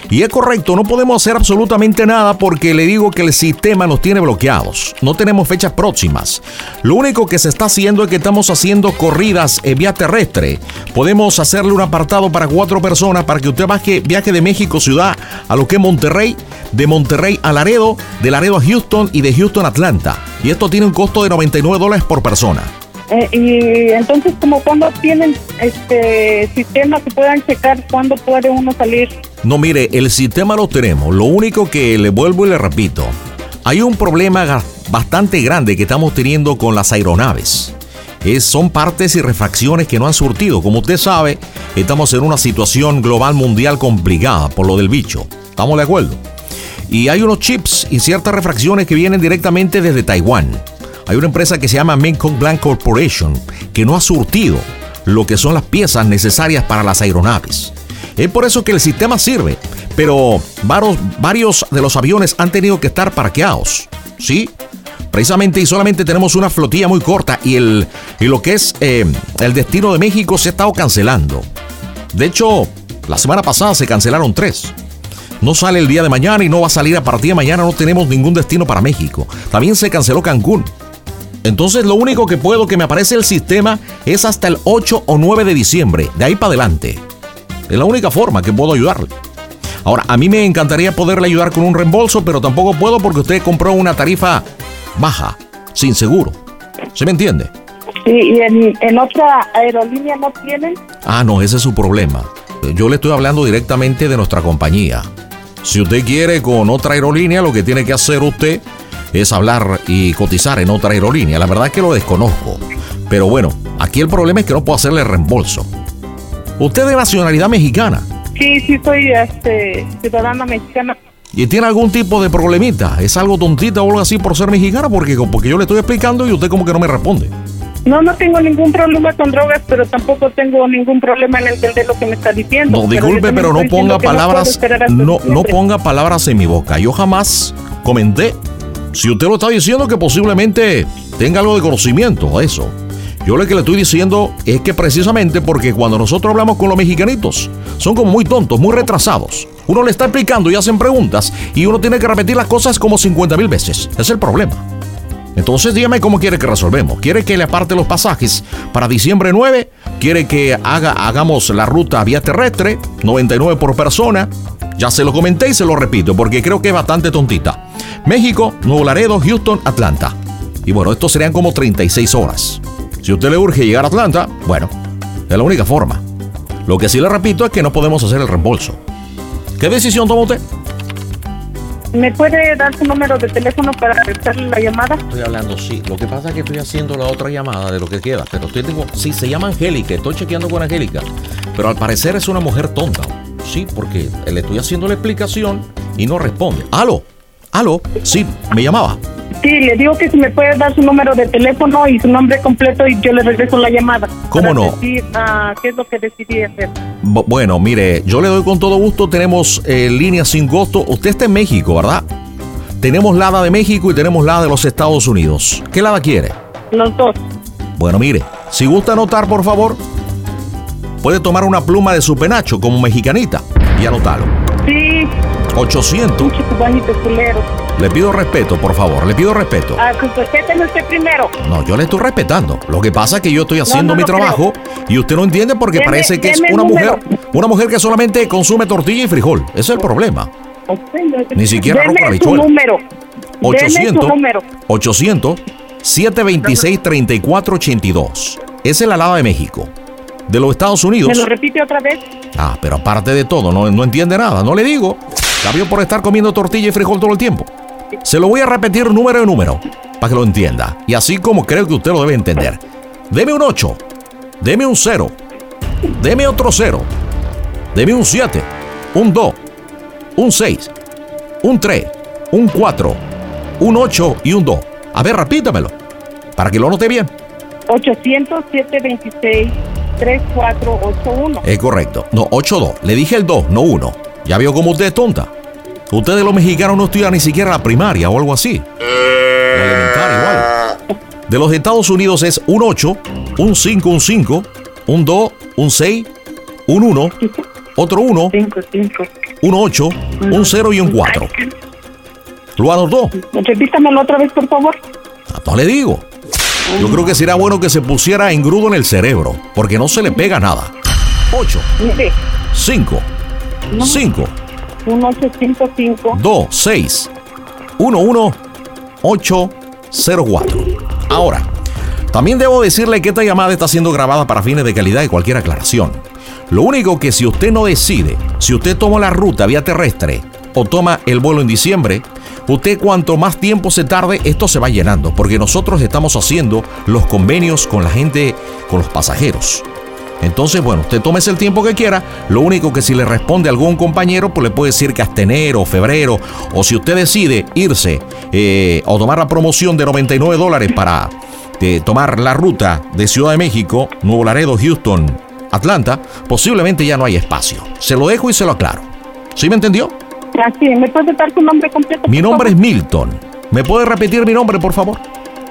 Y es correcto, no podemos hacer absolutamente nada porque le digo que el sistema nos tiene bloqueados. No tenemos fechas próximas. Lo único que se está haciendo es que estamos haciendo corridas en vía terrestre. Podemos hacerle un apartado para cuatro personas para que usted baje- viaje de México ciudad a lo que es Monterrey, de Monterrey a Laredo, de Laredo a Houston y de Houston a Atlanta. Y esto tiene un costo de 99 dólares por persona. Eh, y entonces, como cuando tienen este sistema que puedan checar cuándo puede uno salir. No, mire, el sistema lo tenemos. Lo único que le vuelvo y le repito, hay un problema ga- bastante grande que estamos teniendo con las aeronaves. Es- son partes y refacciones que no han surtido. Como usted sabe, estamos en una situación global mundial complicada por lo del bicho. ¿Estamos de acuerdo? Y hay unos chips y ciertas refracciones que vienen directamente desde Taiwán. Hay una empresa que se llama Mekong Blanc Corporation que no ha surtido lo que son las piezas necesarias para las aeronaves. Es por eso que el sistema sirve, pero varos- varios, de los aviones han tenido que estar parqueados, ¿sí? Precisamente y solamente tenemos una flotilla muy corta y, el, y lo que es eh, el destino de México se ha estado cancelando. De hecho, la semana pasada se cancelaron tres. No sale el día de mañana y no va a salir a partir de mañana, no tenemos ningún destino para México. También se canceló Cancún. Entonces lo único que puedo que me aparece el sistema es hasta el 8 o 9 de diciembre, de ahí para adelante. Es la única forma que puedo ayudarle. Ahora, a mí me encantaría poderle ayudar con un reembolso, pero tampoco puedo porque usted compró una tarifa baja, sin seguro. ¿Se me entiende? Sí, y en, en otra aerolínea no tienen. Ah, no, ese es su problema. Yo le estoy hablando directamente de nuestra compañía. Si usted quiere con otra aerolínea, lo que tiene que hacer usted es hablar y cotizar en otra aerolínea. La verdad es que lo desconozco. Pero bueno, aquí el problema es que no puedo hacerle reembolso. Usted es de nacionalidad mexicana Sí, sí, soy este, ciudadana mexicana. y tiene algún tipo de problemita. Es algo tontita o algo así por ser mexicana porque, porque yo le estoy explicando y usted como que no me responde. No, no tengo ningún problema con drogas, pero tampoco tengo ningún problema en entender lo que me está diciendo. No, Pero yo disculpe, también pero no estoy ponga diciendo que puedo palabras. esperar hasta No, no septiembre. ponga palabras en mi boca. Yo jamás comenté. Si usted lo está diciendo, que posiblemente tenga algo de conocimiento a eso. Yo lo que le estoy diciendo es que precisamente porque cuando nosotros hablamos con los mexicanitos, son como muy tontos, muy retrasados. Uno le está explicando y hacen preguntas y uno tiene que repetir las cosas como 50 mil veces. Es el problema. Entonces dígame cómo quiere que resolvemos. ¿Quiere que le aparte los pasajes para diciembre 9? ¿Quiere que haga, hagamos la ruta vía terrestre? 99 por persona. Ya se lo comenté y se lo repito porque creo que es bastante tontita. México, Nuevo Laredo, Houston, Atlanta. Y bueno, esto serían como 36 horas. Si a usted le urge llegar a Atlanta, bueno, es la única forma. Lo que sí le repito es que no podemos hacer el reembolso. ¿Qué decisión toma usted? ¿Me puede dar su número de teléfono para regresarle la llamada? Estoy hablando, sí. Lo que pasa es que estoy haciendo la otra llamada de lo que queda. Pero estoy digo, sí, se llama Angélica. Estoy chequeando con Angélica. Pero al parecer es una mujer tonta. Sí, porque le estoy haciendo la explicación y no responde. ¿Aló? ¿Aló? Sí, me llamaba. Sí, le digo que si me puede dar su número de teléfono y su nombre completo y yo le regreso la llamada. ¿Cómo Para no? decir, ah, ¿Qué es lo que decidí hacer? Bu- bueno, mire, yo le doy con todo gusto. Tenemos eh, línea sin costo. Usted está en México, ¿verdad? Tenemos lada de México y tenemos lada de los Estados Unidos. ¿Qué lada quiere? Los dos. Bueno, mire, si gusta anotar, por favor, puede tomar una pluma de su penacho como mexicanita y anotarlo. Sí, 800. cubanito culero. Le pido respeto, por favor, le pido respeto. Ah, pues respéteme usted primero. No, yo le estoy respetando. Lo que pasa es que yo estoy haciendo no mi lo trabajo y usted no entiende porque Deme- parece que es deme el una número. mujer, una mujer que solamente consume tortilla y frijol. Ese es el problema. Ni siquiera arroz con Deme su habichuela. número. Deme 800 su número. 800 726 3482. Esa es la lava de México. De los Estados ¿Me Unidos. lo repite otra vez? Ah, pero aparte de todo, no, no entiende nada, no le digo. Cambió por estar comiendo tortilla y frijol todo el tiempo. Se lo voy a repetir número y número, para que lo entienda. Y así como creo que usted lo debe entender. Deme un 8, deme un 0, deme otro 0, deme un 7, un 2, un 6, un 3, un 4, un 8 y un 2. A ver, repítamelo, para que lo note bien. 800-726-3481. Es correcto. No, 8-2. Le dije el 2, no 1. Ya vio cómo usted es tonta. Ustedes los mexicanos no estudian ni siquiera la primaria o algo así. La elemental igual. De los Estados Unidos es un 8, un 5, un 5, un 2, un 6, un 1, otro 1, un 8, un 0 y un 4. ¿Lo anotó? Repítamelo otra vez, por favor. No le digo. Yo creo que será bueno que se pusiera engrudo en el cerebro, porque no se le pega nada. 8, 5, 5, 1855. 2, 6, 1, 1, 8, 0, 4. Ahora, también debo decirle que esta llamada está siendo grabada para fines de calidad y cualquier aclaración. Lo único que si usted no decide, si usted toma la ruta vía terrestre o toma el vuelo en diciembre, usted cuanto más tiempo se tarde, esto se va llenando, porque nosotros estamos haciendo los convenios con la gente, con los pasajeros. Entonces, bueno, usted tómese el tiempo que quiera. Lo único que si le responde algún compañero, pues le puede decir que hasta enero, febrero, o si usted decide irse eh, o tomar la promoción de 99 dólares para eh, tomar la ruta de Ciudad de México, Nuevo Laredo, Houston, Atlanta, posiblemente ya no hay espacio. Se lo dejo y se lo aclaro. ¿Sí me entendió? Así, Ah, ¿me puedes dar tu nombre completo? Mi nombre es Milton. ¿Me puede repetir mi nombre, por favor?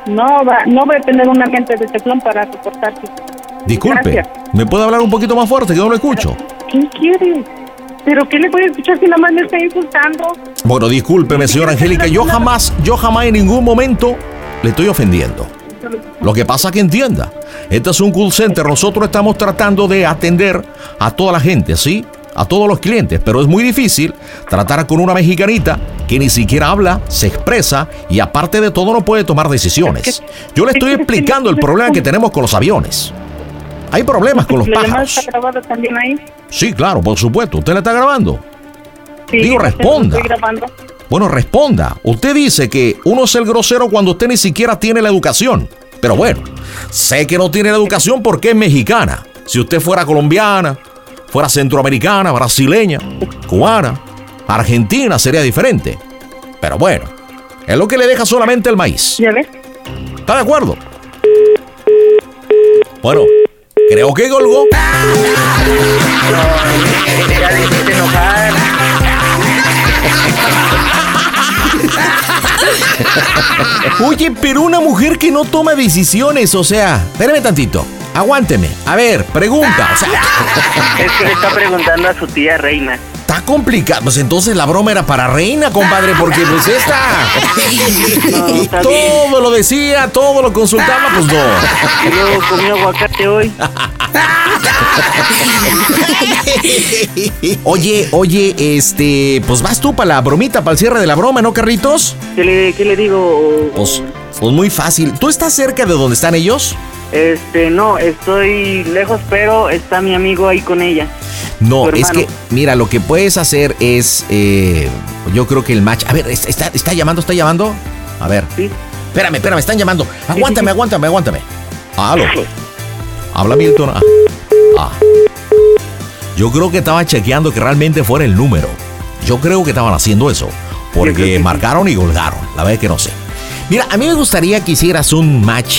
No, va, no voy a tener una mente de teflón para soportarte. Disculpe, Gracias. ¿me puede hablar un poquito más fuerte que no lo escucho? ¿Qué quieres? ¿Pero qué le voy a escuchar si nada más me está insultando? Bueno, discúlpeme, señora Angélica, yo jamás, yo jamás en ningún momento le estoy ofendiendo. Lo que pasa que entienda, este es un call center, nosotros estamos tratando de atender a toda la gente, ¿sí? A todos los clientes, pero es muy difícil tratar con una mexicanita que ni siquiera habla, se expresa y aparte de todo no puede tomar decisiones. Yo le estoy explicando el problema que tenemos con los aviones. Hay problemas con los ¿La llamada pájaros. está grabada también ahí? Sí, claro, por supuesto, usted la está grabando. Sí, Digo, yo sé, responda. Estoy grabando. Bueno, responda. Usted dice que uno es el grosero cuando usted ni siquiera tiene la educación. Pero bueno, sé que no tiene la educación porque es mexicana. Si usted fuera colombiana, fuera centroamericana, brasileña, cubana, argentina, sería diferente. Pero bueno, es lo que le deja solamente el maíz. ¿Está de acuerdo? Bueno, creo que colgó. Oye, pero una mujer que no toma decisiones, o sea, espérame tantito. Aguánteme. A ver, pregunta. O sea, Es que le está preguntando a su tía reina. está complicado. Pues entonces la broma era para reina, compadre, porque pues esta. No, está bien. Todo lo decía, todo lo consultaba, pues no. Y luego comió aguacate hoy. Oye, oye, este, pues vas tú para la bromita, para el cierre de la broma, ¿no, Carritos? ¿Qué le, qué le digo? Pues, pues muy fácil. ¿Tú estás cerca de donde están ellos? Este, no, estoy lejos, pero está mi amigo ahí con ella. No, Tu es hermano. que, mira, lo que puedes hacer es, eh, yo creo que el match... A ver, es- está, está llamando, está llamando. A ver. Espérame, espérame, están llamando. Aguántame, aguántame, aguántame. Aló. Habla Milton. Ah. Ah. Yo creo que estaba chequeando que realmente fuera el número. Yo creo que estaban haciendo eso. Porque marcaron y colgaron. La vez que no sé. Mira, a mí me gustaría que hicieras un match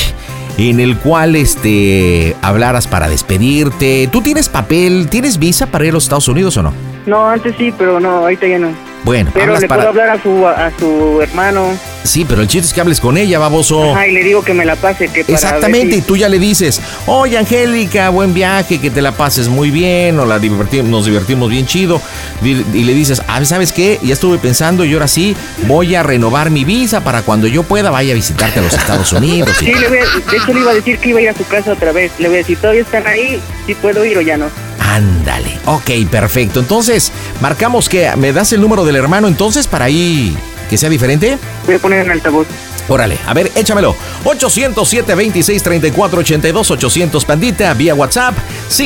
en el cual este hablaras para despedirte. ¿Tú tienes papel? ¿Tienes visa para ir a los Estados Unidos o no? No, antes sí, pero no, ahorita ya no. Bueno, Pero hablas le para. puedo hablar a su, a su hermano. Sí, pero el chiste es que hables con ella, baboso. Ajá, y le digo que me la pase. Que para Oh. Exactamente, y ver tú ya le dices, oye Angélica, buen viaje, que te la pases muy bien, o la diverti- nos divertimos bien chido. Di- Y, le dices, "Ah, ¿sabes qué? Ya estuve pensando y ahora sí voy a renovar mi visa para cuando yo pueda vaya a visitarte a los Estados Unidos. si- y Sí, le voy a- de hecho le iba a decir que iba a ir a su casa otra vez. Le voy a decir, ¿todavía están ahí? ¿Sí puedo ir o ya no? Ándale. Ok, perfecto. Entonces, marcamos que me das el número del hermano entonces para ahí que sea diferente. Voy a poner en altavoz. Órale, a ver, échamelo. 807 26 34 82 800 Pandita vía WhatsApp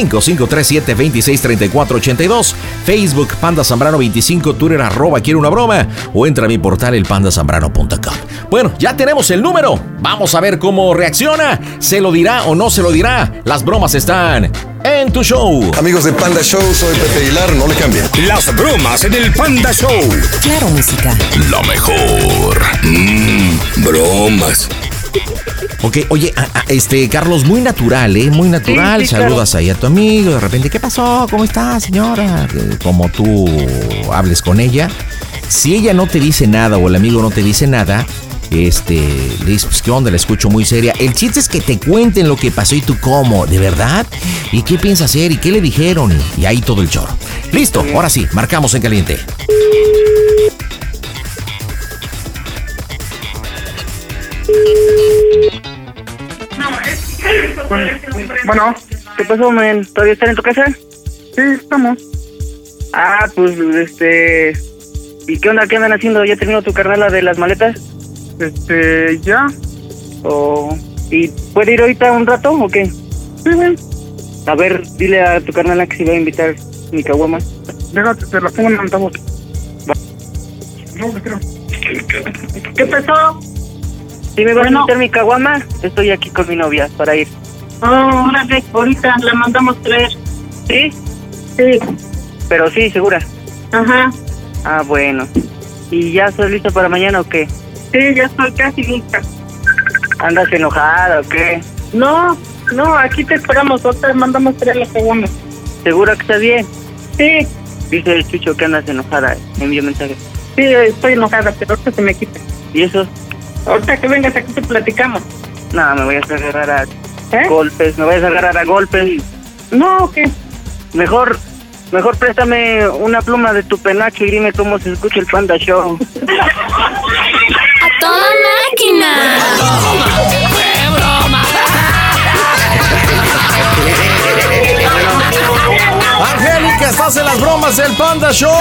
5537 26 34 82 Facebook Panda Zambrano 25 Twitter arroba quiero una broma o entra a mi portal elpandasambrano.com. Bueno, ya tenemos el número. Vamos a ver cómo reacciona. ¿Se lo dirá o no se lo dirá? Las bromas están en tu show. Amigos de Panda Show, soy Pepe Hilar, no le cambien. Las bromas en el Panda Show. Claro, música. Lo mejor. Mm, bromas. Ok, oye, a- a- este, Carlos, muy natural, ¿eh? Muy natural. Sí, sí, claro. Saludas ahí a tu amigo, de repente, ¿qué pasó? ¿Cómo está, señora? Eh, Como tú hables con ella. Si ella no te dice nada o el amigo no te dice nada, este, le dices, pues, ¿qué onda? La escucho muy seria. El chiste es que te cuenten lo que pasó y tú cómo, ¿de verdad? ¿Y qué piensa hacer? ¿Y qué le dijeron? Y, y ahí todo el choro. Listo, ahora sí, marcamos en caliente. Bueno, ¿qué pasó, men? ¿Todavía están en tu casa? Sí, estamos. Ah, pues, este... ¿Y qué onda? ¿Qué andan haciendo? ¿Ya terminó tu carnala de las maletas? Este, ya. Oh, ¿Y puede ir ahorita un rato o qué? Sí, A ver, dile a tu carnala que si va a invitar mi caguama. Déjate, te la pongo en altavoz. ¿Qué pasó? ¿Sí me vas a invitar mi caguama? Estoy aquí con mi novia para ir. Oh, órale, ahorita la mandamos traer. ¿Sí? Sí. Pero sí, segura. Ajá. Ah, bueno. ¿Y ya estás lista para mañana o qué? Sí, ya estoy casi lista. ¿Andas enojada o qué? No, no, aquí te esperamos. Otra mandamos traer la segunda. ¿Segura que estás bien? Sí, Dice el Chucho que andas enojada. Me envió mensaje. sí, estoy enojada, pero ahorita se me quita. ¿Y eso? Ahorita que vengas aquí te platicamos. ¿Eh? No, me voy a agarrar a ¿Eh? golpes. Me voy a agarrar a golpes. No, ¿qué? Mejor, mejor préstame una pluma de tu penacho y dime cómo se escucha el Panda Show. ¡A toda máquina! Angélica, estás en las bromas del Panda Show.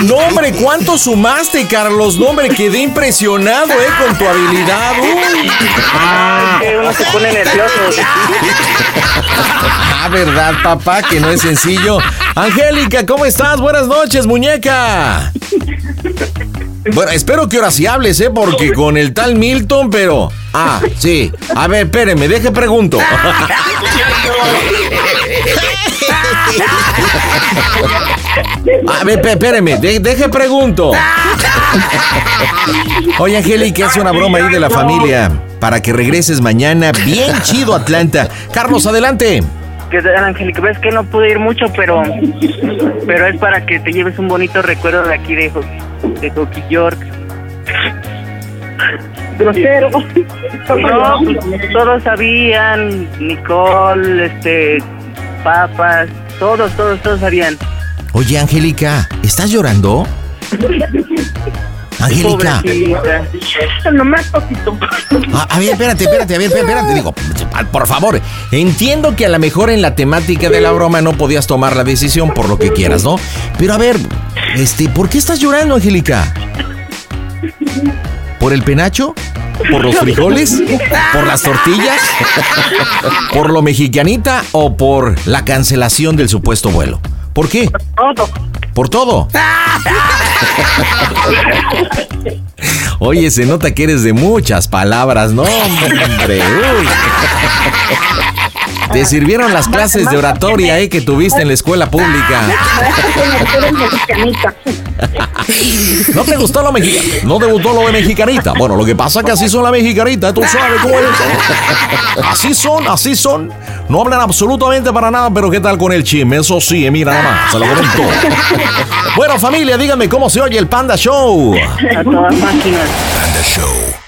No, hombre, ¿cuánto sumaste, Carlos? No, hombre, quedé impresionado, ¿eh? Con tu habilidad. Uy. Uno se pone nervioso. Ah, ¿verdad, papá? Que no es sencillo. Angélica, ¿cómo estás? Buenas noches, muñeca. Bueno, espero que ahora sí hables, ¿eh? Porque con el tal Milton, pero... Ah, sí. A ver, espéreme, deje pregunto. A ver, pe- espéreme, de- deje pregunto. Oye, Angélica, es una broma ahí de la familia para que regreses mañana bien chido a Atlanta. Carlos, adelante. Que tal, Angélica, ves que no pude ir mucho, pero pero es para que te lleves un bonito recuerdo de aquí de, Ho- de Hockey York. Grosero. No, pues, todos sabían, Nicole, este, papas, todos, todos, todos sabían. Oye, Angélica, ¿estás llorando? Angélica. Pobrecita. Nomás poquito. A, a ver, espérate, espérate, a ver, espérate, espérate. Digo, por favor, entiendo que a lo mejor en la temática de la broma no podías tomar la decisión por lo que quieras, ¿no? Pero a ver, este, ¿por qué estás llorando, Angélica? ¿Por el penacho? ¿Por los frijoles? ¿Por las tortillas? ¿Por lo mexicanita o por la cancelación del supuesto vuelo? ¿Por qué? Todo. ¿Por todo? Oye, se nota que eres de muchas palabras, ¿no? Hombre, uy. Te sirvieron las clases de oratoria eh, que tuviste en la escuela pública. ¿No te gustó lo mexicano? ¿No te gustó lo de mexicanita? Bueno, lo que pasa es que así son las mexicanitas, tú sabes cómo es. Así son, así son. No hablan absolutamente para nada, pero ¿qué tal con el chisme? Eso sí, eh, mira nada más, se lo comen todo. Bueno, familia, díganme cómo se oye el Panda Show. A todas máquinas. Panda Show.